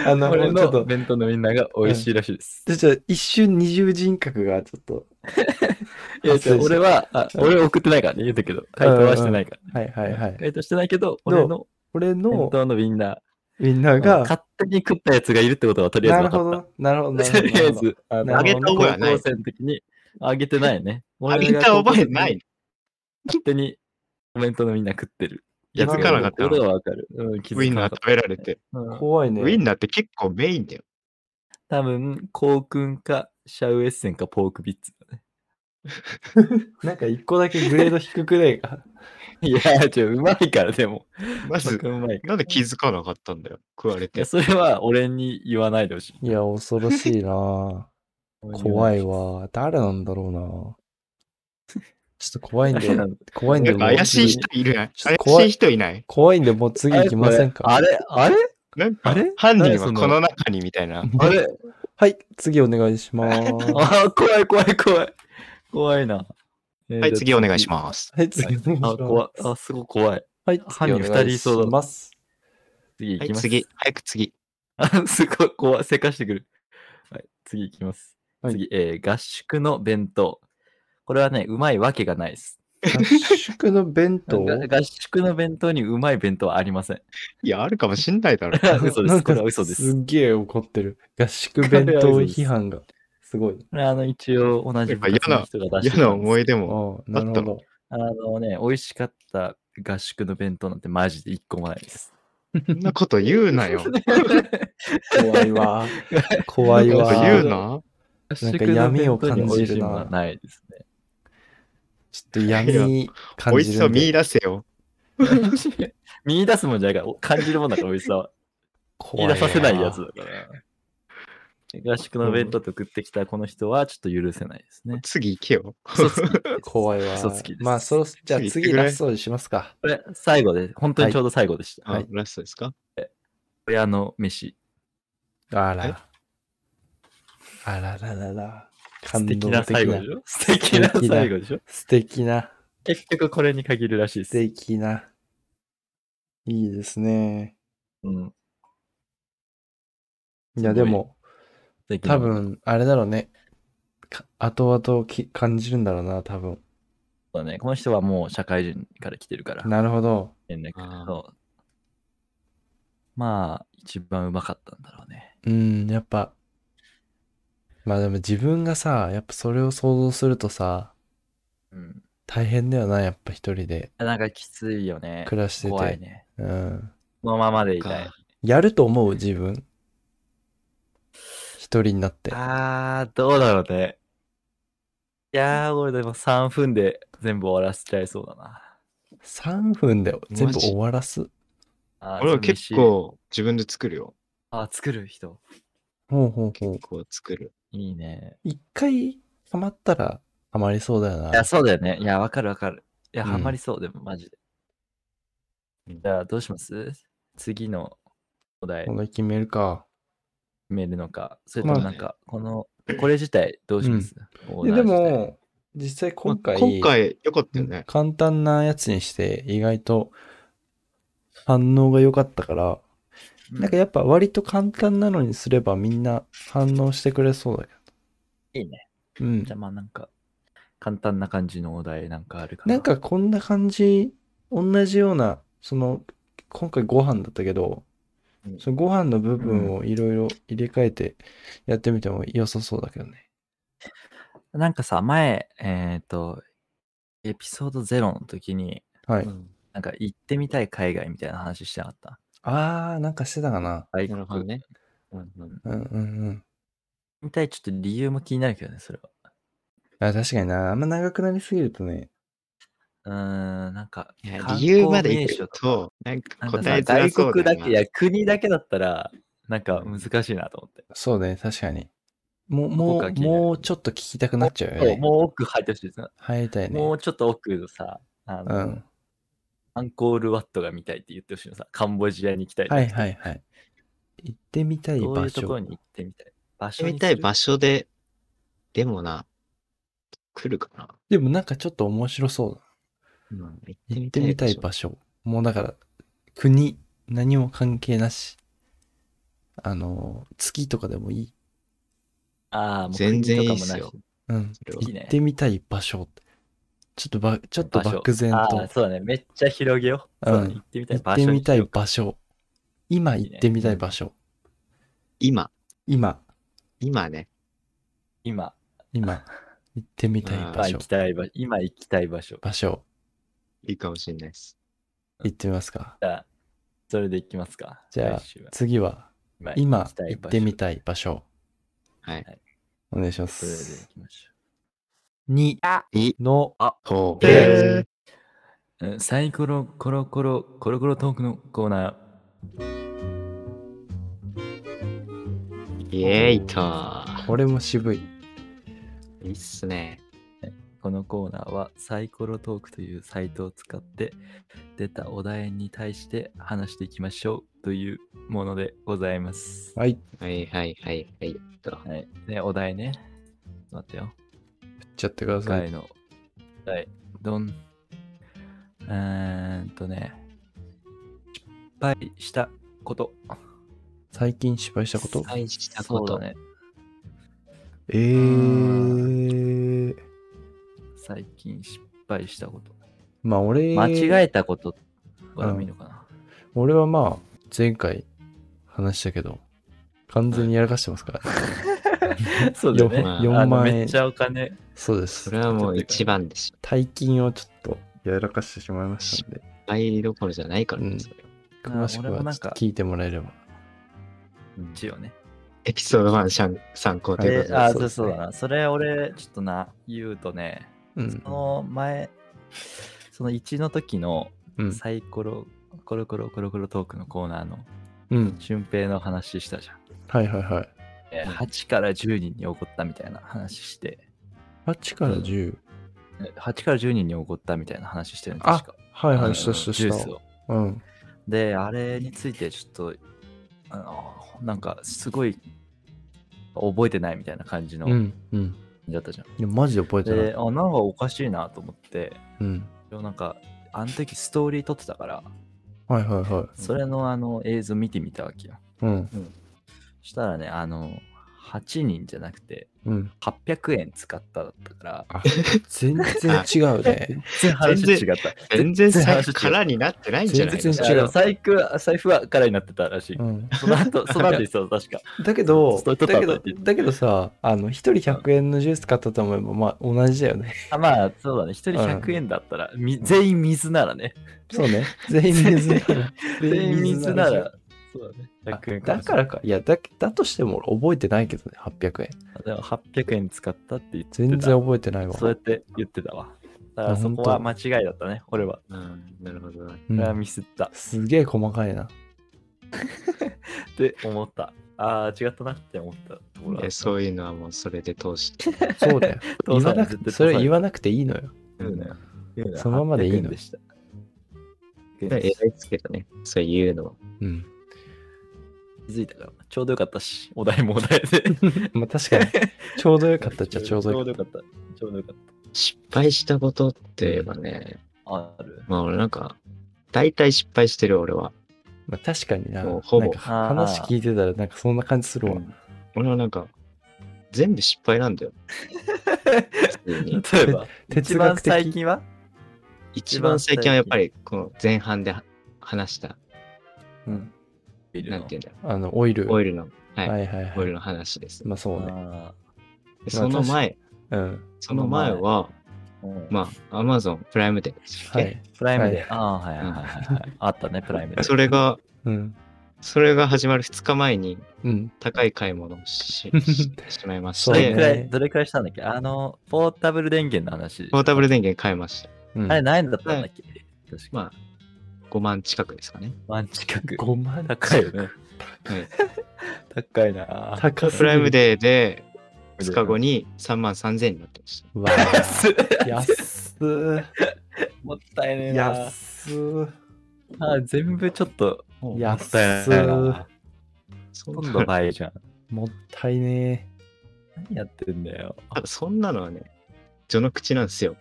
Speaker 1: あの、
Speaker 2: 俺
Speaker 1: ちょっ
Speaker 2: の
Speaker 1: と、
Speaker 2: 弁当のウィンナーが美味しいらしいです。
Speaker 1: ちょっと一瞬二重人格がちょっと。
Speaker 2: いや、
Speaker 1: 発生し
Speaker 2: 俺は、あ俺は送ってないからね、言うたけど、回答はしてないか
Speaker 1: はいは
Speaker 2: ら。
Speaker 1: いはい。
Speaker 2: 回答してないけど、俺の
Speaker 1: 俺
Speaker 2: 弁
Speaker 1: の
Speaker 2: 当のウィンナ
Speaker 1: みんな
Speaker 2: ー
Speaker 1: が、
Speaker 2: 勝手に食ったやつがいるってことはとりあ
Speaker 1: な
Speaker 2: えず
Speaker 1: る
Speaker 2: 分
Speaker 1: ほ
Speaker 2: かっ
Speaker 1: ど
Speaker 2: た。
Speaker 1: な、なるほど、なるほど。
Speaker 2: とりあえず、
Speaker 1: あの、
Speaker 3: あげた覚えはない
Speaker 2: 高校生の時に、あげてないね。
Speaker 3: あげた覚えない。
Speaker 2: 勝手にお弁当のウィンナー食ってる。
Speaker 3: 気づかなかった
Speaker 2: 俺は分かる。うん、気
Speaker 3: ウィ
Speaker 2: づか
Speaker 3: ンナ
Speaker 2: な
Speaker 3: ー
Speaker 2: かっ
Speaker 3: 食べられて。
Speaker 2: た。うん
Speaker 1: 怖いね。
Speaker 3: ウィンナーって結構メインだよ。
Speaker 2: 多分、コウ君か、シャウエッセンか、ポークビッツだね。
Speaker 1: なんか一個だけグレード低くないか。
Speaker 2: いや、ちょ、うまいから、でも。
Speaker 3: まず、
Speaker 2: うまいから。
Speaker 3: なんで気づかなかったんだよ。食われ
Speaker 2: い
Speaker 3: て
Speaker 2: や、。それは俺に言わないでほしい。
Speaker 1: いや、恐ろしいなぁ怖いわ。誰なんだろうなぁちょっと怖いんで
Speaker 2: 誰なんだ、
Speaker 1: 怖いん
Speaker 3: な
Speaker 1: で、
Speaker 3: ん
Speaker 1: も
Speaker 3: か
Speaker 1: う
Speaker 3: 怪しい人いるやん。
Speaker 1: ちょっ
Speaker 3: 怪
Speaker 1: と怖い
Speaker 3: しい人いない
Speaker 1: 怖いんで、もう次行きませんか。
Speaker 2: あれあれ
Speaker 3: なんか
Speaker 2: あれ
Speaker 3: 犯人
Speaker 2: 何
Speaker 3: は
Speaker 2: その
Speaker 3: この中にみたいな。
Speaker 2: あれ
Speaker 1: はい、次お願いし ます。は
Speaker 2: あー怖い怖い怖い。怖いな。えー
Speaker 3: はい、次お願いし
Speaker 2: す。
Speaker 3: ます。
Speaker 1: い、次お願いし
Speaker 2: あ、怖い
Speaker 1: ます。
Speaker 2: あ、すごい怖い。
Speaker 1: はい、
Speaker 2: 犯
Speaker 1: 次
Speaker 2: 人
Speaker 1: お
Speaker 2: 二
Speaker 1: 願
Speaker 2: 人
Speaker 1: い
Speaker 2: い
Speaker 1: し
Speaker 2: そうだ
Speaker 1: ます。
Speaker 2: 次行
Speaker 3: はい
Speaker 2: き、ます。
Speaker 3: 次。。早く次。
Speaker 2: あ、 すごい怖い。せかしてくる。はい、次行きます。
Speaker 1: はい
Speaker 2: 次、えー合宿の弁当。これはね、うまいわけがないです。
Speaker 1: 合宿の弁
Speaker 2: が
Speaker 1: 当
Speaker 2: 合宿の弁当にうまい弁当はありません。
Speaker 3: いや、あるかもしんない だろ。
Speaker 2: 嘘です。これは嘘です。
Speaker 1: なんかすっげえ怒ってる。合宿弁当批判がすごい。
Speaker 2: これあの一応同じ部活の人が出してたんで
Speaker 3: 嫌
Speaker 2: す
Speaker 3: な思い出も。
Speaker 1: ああ、なるほど。
Speaker 2: あのね、美味しかった合宿の弁当なんてマジで一個もない です。
Speaker 3: そんなこと言うなよ。そんなこ
Speaker 1: 怖い わ。怖い
Speaker 3: と
Speaker 1: わ。
Speaker 3: 言うな。
Speaker 2: 合
Speaker 1: なん
Speaker 2: 宿
Speaker 1: か
Speaker 2: の
Speaker 1: 闇を
Speaker 2: 弁当に
Speaker 1: 感じるな
Speaker 2: 美味しいものはないですね。
Speaker 1: ちょっと 闇感
Speaker 3: 美味
Speaker 1: じ
Speaker 3: しさ
Speaker 1: る
Speaker 3: を
Speaker 1: んで
Speaker 3: 見出せよ。
Speaker 2: 見出すもんじゃないから、感じるもんだから、美味しさは。
Speaker 1: 怖
Speaker 2: 言
Speaker 1: い
Speaker 2: い
Speaker 1: な
Speaker 2: 出させないやつだから。合宿の弁当と送ってきたこの人はちょっと許せないですね。
Speaker 3: 次行けよ。
Speaker 2: 嘘 つきです。
Speaker 1: 怖いわ
Speaker 2: 嘘つき。です
Speaker 1: まあ、そろそじゃあ
Speaker 3: 次行って
Speaker 1: 次
Speaker 3: くれ
Speaker 1: ラストにしますか。
Speaker 2: これ、最後です。本当にちょうど最後でした。
Speaker 3: あ
Speaker 1: はい
Speaker 3: ラストですか
Speaker 2: 親の飯。
Speaker 1: あ
Speaker 3: え
Speaker 1: ら。あらららら。
Speaker 2: 素
Speaker 1: 感
Speaker 2: 敵
Speaker 1: 動
Speaker 2: な
Speaker 1: 的
Speaker 2: 最後
Speaker 1: な
Speaker 2: でし。ょ素敵な
Speaker 1: 素敵な
Speaker 2: 最後でしょ
Speaker 1: 素敵な。
Speaker 2: 結局これに限るらしいで
Speaker 1: 素
Speaker 2: す。
Speaker 1: 敵な。いいですね。
Speaker 2: う
Speaker 1: い
Speaker 2: ん、すご
Speaker 1: や、
Speaker 2: い
Speaker 1: でも、
Speaker 2: 素敵な
Speaker 1: 多分、あれだろうね。か後々き感じるんだろうな、多分。
Speaker 2: そうだね。この人はもう社会人から来てるから。
Speaker 1: なるほど。
Speaker 2: 連絡
Speaker 3: あー
Speaker 2: そうまあ、一番うまかったんだろうね。
Speaker 1: うん、やっぱ。まあでも自分がさ、やっぱそれを想像するとさ、
Speaker 2: うん。
Speaker 1: 大変だよな、やっぱ一人で
Speaker 2: なんかきついよね。
Speaker 1: 暮らしてて。
Speaker 2: 怖いね。
Speaker 1: うん。
Speaker 2: このままでいたい
Speaker 3: そっ。
Speaker 1: やると思う自分。一人になって。
Speaker 2: あー、どうだろうね。いやー、俺でも3分で全部終わらせちゃいそうだな。
Speaker 1: 3分で全部
Speaker 3: マジ
Speaker 1: 終わらす。
Speaker 2: あー
Speaker 3: 俺は
Speaker 2: ちょっと飯
Speaker 3: 結構自分で作るよ。
Speaker 2: あー、作る人。
Speaker 1: ほうほうほう
Speaker 3: 結。構作る。
Speaker 2: いいね。。
Speaker 1: 一回ハマったらハマりそうだよない
Speaker 2: や、そうだよね。いや、わかるわかる。いや、
Speaker 1: うん
Speaker 2: ハマりそう、でもマジで。
Speaker 3: うん
Speaker 2: じゃあ、どうします次のお題
Speaker 1: 今度決めるか。
Speaker 2: 決めるのか、それともなんか、この、これ自体どうします、オー
Speaker 1: で
Speaker 2: ダ
Speaker 1: で
Speaker 2: ー自体、
Speaker 1: も、実際今
Speaker 3: まあ
Speaker 1: 回、
Speaker 3: 今回良かったよね。
Speaker 1: 簡単なやつにして意外と反応が良かったから、
Speaker 2: う
Speaker 1: なんかやっぱ割と簡単なのにすればみんな反応してくれそうだけ
Speaker 2: いいね。
Speaker 1: ど。うん
Speaker 2: じゃあ、。まあなんか、簡単な感じのお題なんかあるかな。
Speaker 1: なんかこんな感じ、同じような、その、今回ご飯だったけど
Speaker 3: うん、
Speaker 1: そのご飯の部分をいろいろ入れ替えてやってみても良さそうだけどね。
Speaker 2: なんかさ、前、えっ、と、エピソード0の時に、
Speaker 1: はい。
Speaker 2: なんか行ってみたい海外みたいな話してなかった。
Speaker 1: あー、なんかしてたかな。
Speaker 2: はい、
Speaker 3: なるほどね。うん
Speaker 1: うんうんうん。
Speaker 2: みたい、ちょっと理由も気になるけどね、それは。
Speaker 1: あ確かにな、あんま長くなりすぎるとね。
Speaker 2: うーん、なんか、
Speaker 3: いや
Speaker 2: 観
Speaker 3: 理由まで
Speaker 2: 光名
Speaker 3: 行
Speaker 2: 所
Speaker 3: くと、なん
Speaker 2: な
Speaker 3: か
Speaker 2: んか
Speaker 3: 答え
Speaker 2: さ
Speaker 3: づら
Speaker 2: 外
Speaker 3: そう
Speaker 2: 国
Speaker 3: だ
Speaker 2: だ
Speaker 3: よ
Speaker 2: け、い
Speaker 3: な
Speaker 2: や、国だけだったら、なんか難しいなと思って。
Speaker 1: そうだね、確かに。もう、
Speaker 2: どこ
Speaker 1: も
Speaker 2: か
Speaker 1: う、
Speaker 2: 気になる
Speaker 1: もうちょっと聞きたくなっちゃうよ
Speaker 2: そう
Speaker 1: ね。
Speaker 2: もう奥入ってほしいですね。
Speaker 1: 入りたいね。
Speaker 2: もうちょっと奥のさ、あ
Speaker 1: う
Speaker 2: の、
Speaker 1: ん。
Speaker 2: アンコールワットが見たいって言ってほしいのさ、カンボジアに行きたいとか
Speaker 1: はいはいはい。行ってみたい
Speaker 2: どうい
Speaker 1: 場
Speaker 2: うとこ
Speaker 1: 所
Speaker 2: ろ。に行ってみたい。場
Speaker 3: 行
Speaker 2: 所
Speaker 3: ってみたい場所で、でもな、来るかな。
Speaker 1: でもなんかちょっと面白そうだ。
Speaker 3: うん行って
Speaker 1: 行っ
Speaker 3: み
Speaker 1: て
Speaker 3: たい
Speaker 1: みたい場所。もうだから、国、何も関係なし。あの、月とかでもいい。
Speaker 2: ああ、もう
Speaker 3: 全然いいっ
Speaker 2: 国とか
Speaker 3: す
Speaker 2: もな
Speaker 3: よ
Speaker 2: し。
Speaker 1: うん。
Speaker 3: それ
Speaker 2: は
Speaker 1: 行ってみたい場所。ちょっとば、ちょっと
Speaker 2: 場所
Speaker 1: 漠然
Speaker 2: ああ、
Speaker 1: と。
Speaker 2: そうだね。めっちゃ広げよう。そうだね
Speaker 1: うん
Speaker 2: 行ってみた
Speaker 1: 行
Speaker 2: い場
Speaker 1: って
Speaker 2: 所にしよう。
Speaker 1: みたい場所。今行ってみたい場所。
Speaker 3: 今、
Speaker 1: 今、
Speaker 3: 今ね。
Speaker 2: 今、
Speaker 1: 今、行ってみたい場
Speaker 2: 今行
Speaker 1: 所
Speaker 2: き。たい場今行きたい場所。
Speaker 1: 場所、
Speaker 3: いいかもしれないです。
Speaker 1: 行ってみますか。
Speaker 2: じゃあ、それで行きますか。
Speaker 1: じゃあ
Speaker 2: 来週は
Speaker 1: 次は、今、行ってみたい場所。
Speaker 3: はい。
Speaker 1: お願いしま
Speaker 2: それで行
Speaker 1: す。
Speaker 2: きましょ
Speaker 1: 2
Speaker 3: に、
Speaker 1: の、
Speaker 3: と、
Speaker 1: で
Speaker 2: ううん。サイコロコロコロコロコロトークのコーナー。
Speaker 3: イエーイと。
Speaker 1: これも渋い。
Speaker 3: いいっすね。
Speaker 2: このコーナーはサイコロトークというサイトを使って出たお題に対して話していきましょうというものでございます。
Speaker 1: はい。
Speaker 3: はいはいはいはいと。
Speaker 2: はい。で、お題ね。ちょっと待ってよ。
Speaker 1: 振っちゃってくだ
Speaker 2: 今
Speaker 1: さい。
Speaker 2: 回のお題。どん。うーんとね。失敗したこと。
Speaker 1: 最近失敗したこと
Speaker 3: 失敗したこ
Speaker 2: そう
Speaker 3: と。
Speaker 2: だね。
Speaker 1: えー。
Speaker 2: 最近失敗したこと。
Speaker 1: まあ俺、
Speaker 2: 間違えたことはでもいいのかな。
Speaker 1: 俺はまあ、前回話したけど、完全にやらかしてますから、
Speaker 2: そうだよ
Speaker 1: よ
Speaker 2: ね。
Speaker 3: まあ
Speaker 1: 4
Speaker 2: あの
Speaker 1: 万
Speaker 2: め
Speaker 1: 円
Speaker 2: っち。ゃお金
Speaker 1: そうで
Speaker 3: そ
Speaker 1: す
Speaker 3: れ。はもう一番でしょ。
Speaker 1: 大金をちょっとやらかしてしまいましたんで、
Speaker 3: 失敗どころじゃないから
Speaker 1: うん
Speaker 3: ね。それは
Speaker 1: 詳
Speaker 2: あ
Speaker 1: しく
Speaker 2: 俺も
Speaker 1: は
Speaker 2: なん
Speaker 1: ちょ
Speaker 2: か
Speaker 1: っと聞いてもらえれば。
Speaker 2: 一応ね。
Speaker 3: エピソード1シャン参考という
Speaker 2: で
Speaker 3: ことで。
Speaker 2: あ
Speaker 1: そう
Speaker 2: そ
Speaker 1: ですね
Speaker 2: うそうだな。それ俺、ちょっとな、言うとね、
Speaker 1: うん
Speaker 2: そ。の前、その1の時の
Speaker 1: うん。
Speaker 2: サイコロ、コロコロコロコロトークのコーナーの
Speaker 1: うん。
Speaker 2: 俊平の話したじゃん。
Speaker 1: はいはいはい。
Speaker 2: えー8から10人に怒ったみたいな話して、
Speaker 1: 8から10。
Speaker 2: えー8から10人に怒ったみたいな話してるの
Speaker 1: あ
Speaker 2: 確か。
Speaker 1: はい
Speaker 2: あ
Speaker 1: は
Speaker 2: の
Speaker 1: い、したした
Speaker 2: ジュー
Speaker 1: し
Speaker 2: ス
Speaker 1: た。
Speaker 2: を。
Speaker 1: うん。
Speaker 2: で、あれについてちょっと、あの、なんかすごい覚えてないみたいな感じの
Speaker 1: う
Speaker 2: 感
Speaker 1: ん。うん。
Speaker 2: じだったじゃん。
Speaker 1: いや、マジで覚えてない
Speaker 2: で、。あ、なんかおかしいなと思って、
Speaker 1: うん。
Speaker 2: でもなんか、あの時ストーリー撮ってたから、
Speaker 1: はいはいはい。
Speaker 2: それのあの映像見てみたわけよ。
Speaker 1: うん。
Speaker 2: したらね、あの、 8人じゃなくて
Speaker 1: うん。
Speaker 2: 800円使っただったから
Speaker 1: あ、全然違うね。
Speaker 2: 全然話違った。
Speaker 3: 全然
Speaker 2: 全然
Speaker 3: 財
Speaker 2: 話違
Speaker 3: 布
Speaker 2: う
Speaker 3: 空になってないんじゃない
Speaker 1: 全
Speaker 3: の
Speaker 1: 然違う
Speaker 2: あでも財布は財布は空になってたらしい。
Speaker 1: うん、
Speaker 2: その後、その後にそう、確か。
Speaker 1: だけど、
Speaker 2: そう
Speaker 1: だ
Speaker 2: いうことだ
Speaker 1: けど、だけどさ、あの、一人100円のジュース買ったと思えば、まあ、同じだよね。
Speaker 2: あまあ、そうだね。一人100円だったら、み全員水ならね。
Speaker 1: そうね。全員水な ら。
Speaker 2: 全員水なら。そうだね。
Speaker 1: あ
Speaker 2: 100円
Speaker 1: だからか。いや、だけだとしても俺覚えてないけどね、800円。
Speaker 2: でも800円使ったって言ってた。
Speaker 1: 全然覚えてないわ。
Speaker 2: そうやって言ってたわ。だか
Speaker 1: あ
Speaker 2: らそこ
Speaker 1: 本
Speaker 2: は
Speaker 1: 当
Speaker 2: 間違いだったね、俺は。
Speaker 3: うん、なるほど。
Speaker 1: うん
Speaker 2: それはミスった。
Speaker 1: すげえ細かいな。
Speaker 2: って思った。ああ、違ったなって思ったところだ
Speaker 3: えそういうのはもうそれで通して。
Speaker 1: そう だよ。
Speaker 2: 父
Speaker 1: 言
Speaker 2: さ
Speaker 1: わ
Speaker 2: んは
Speaker 1: な
Speaker 2: 絶
Speaker 1: く
Speaker 2: 対
Speaker 1: て、それ
Speaker 2: 父
Speaker 1: 言わなくていいのよ。
Speaker 2: さんに言うなよ。言うなよ
Speaker 1: そのままでいいの
Speaker 2: 800円でした。
Speaker 3: 偉いですけどね、そういうのは。
Speaker 1: うん。
Speaker 2: 気づいたから、ちょうどよかったし、お題もお題で。
Speaker 1: まあ確 かに、ちょうどよかったっちゃちょうどよかっ
Speaker 2: よかった。ちょうどよかっ
Speaker 3: 失敗したことって言えばね、
Speaker 2: た。あある。
Speaker 3: まあ俺なんか、大体失敗してる俺は。
Speaker 1: た。まあ確かにな。
Speaker 3: もうほぼ
Speaker 1: なんか
Speaker 2: あー
Speaker 1: 話聞いてたら、なんかそんな感じするわ。
Speaker 3: 俺はなんか、全部失敗なんだよ。普通に
Speaker 2: 例えば、
Speaker 1: 哲
Speaker 2: 一番
Speaker 1: 学的
Speaker 2: 最近は
Speaker 3: 一番最近はやっぱり、この前半で話した、
Speaker 1: うん。
Speaker 2: ビ
Speaker 3: なんていうんだろ
Speaker 1: あの、オイル。
Speaker 3: う、オイルの、は、
Speaker 1: はいいはい
Speaker 3: オイ
Speaker 1: は
Speaker 3: ルの話です
Speaker 1: い。。まあそうね。
Speaker 2: あ
Speaker 3: でその前、
Speaker 1: うん。
Speaker 3: その前は、
Speaker 2: ーうん
Speaker 3: まあ、アマゾンプライムでした
Speaker 1: は
Speaker 3: っけ、
Speaker 1: い。
Speaker 2: プライムで。
Speaker 1: はい
Speaker 2: ああ、はいはいはいはい。あったね、プライムで。
Speaker 3: それが、
Speaker 1: うん。
Speaker 3: それが始まる2日前に
Speaker 1: うん。
Speaker 3: 高い買い物をしししまいまし
Speaker 2: ど
Speaker 1: そう
Speaker 2: れ
Speaker 3: て、
Speaker 2: くら
Speaker 1: ね
Speaker 2: い、どれくらいしたんだっけあの、ポータブル電源の話。
Speaker 3: ポータブル電源買いました。
Speaker 1: うん
Speaker 2: あれ、何円だったんだっけ確か。
Speaker 3: まあ、5万近くですかね。
Speaker 2: 万近く。
Speaker 1: 5万
Speaker 2: 高いよね。
Speaker 3: はい、
Speaker 2: 高いなぁ。
Speaker 1: 高すぎる
Speaker 3: プライムデーで2日後に3万3000円になってました。
Speaker 1: わ
Speaker 2: 安っ
Speaker 1: あ安っ
Speaker 2: もったいねえなぁ
Speaker 1: 安っ
Speaker 2: あー全部ちょっと、もっ
Speaker 1: 安
Speaker 2: たいないな
Speaker 1: っ
Speaker 3: そ
Speaker 2: ほと
Speaker 3: んなん
Speaker 2: ど倍じゃん。
Speaker 1: もったいね
Speaker 2: 何やってんだよ。
Speaker 3: ただそんなのはね、序の口なんですよ。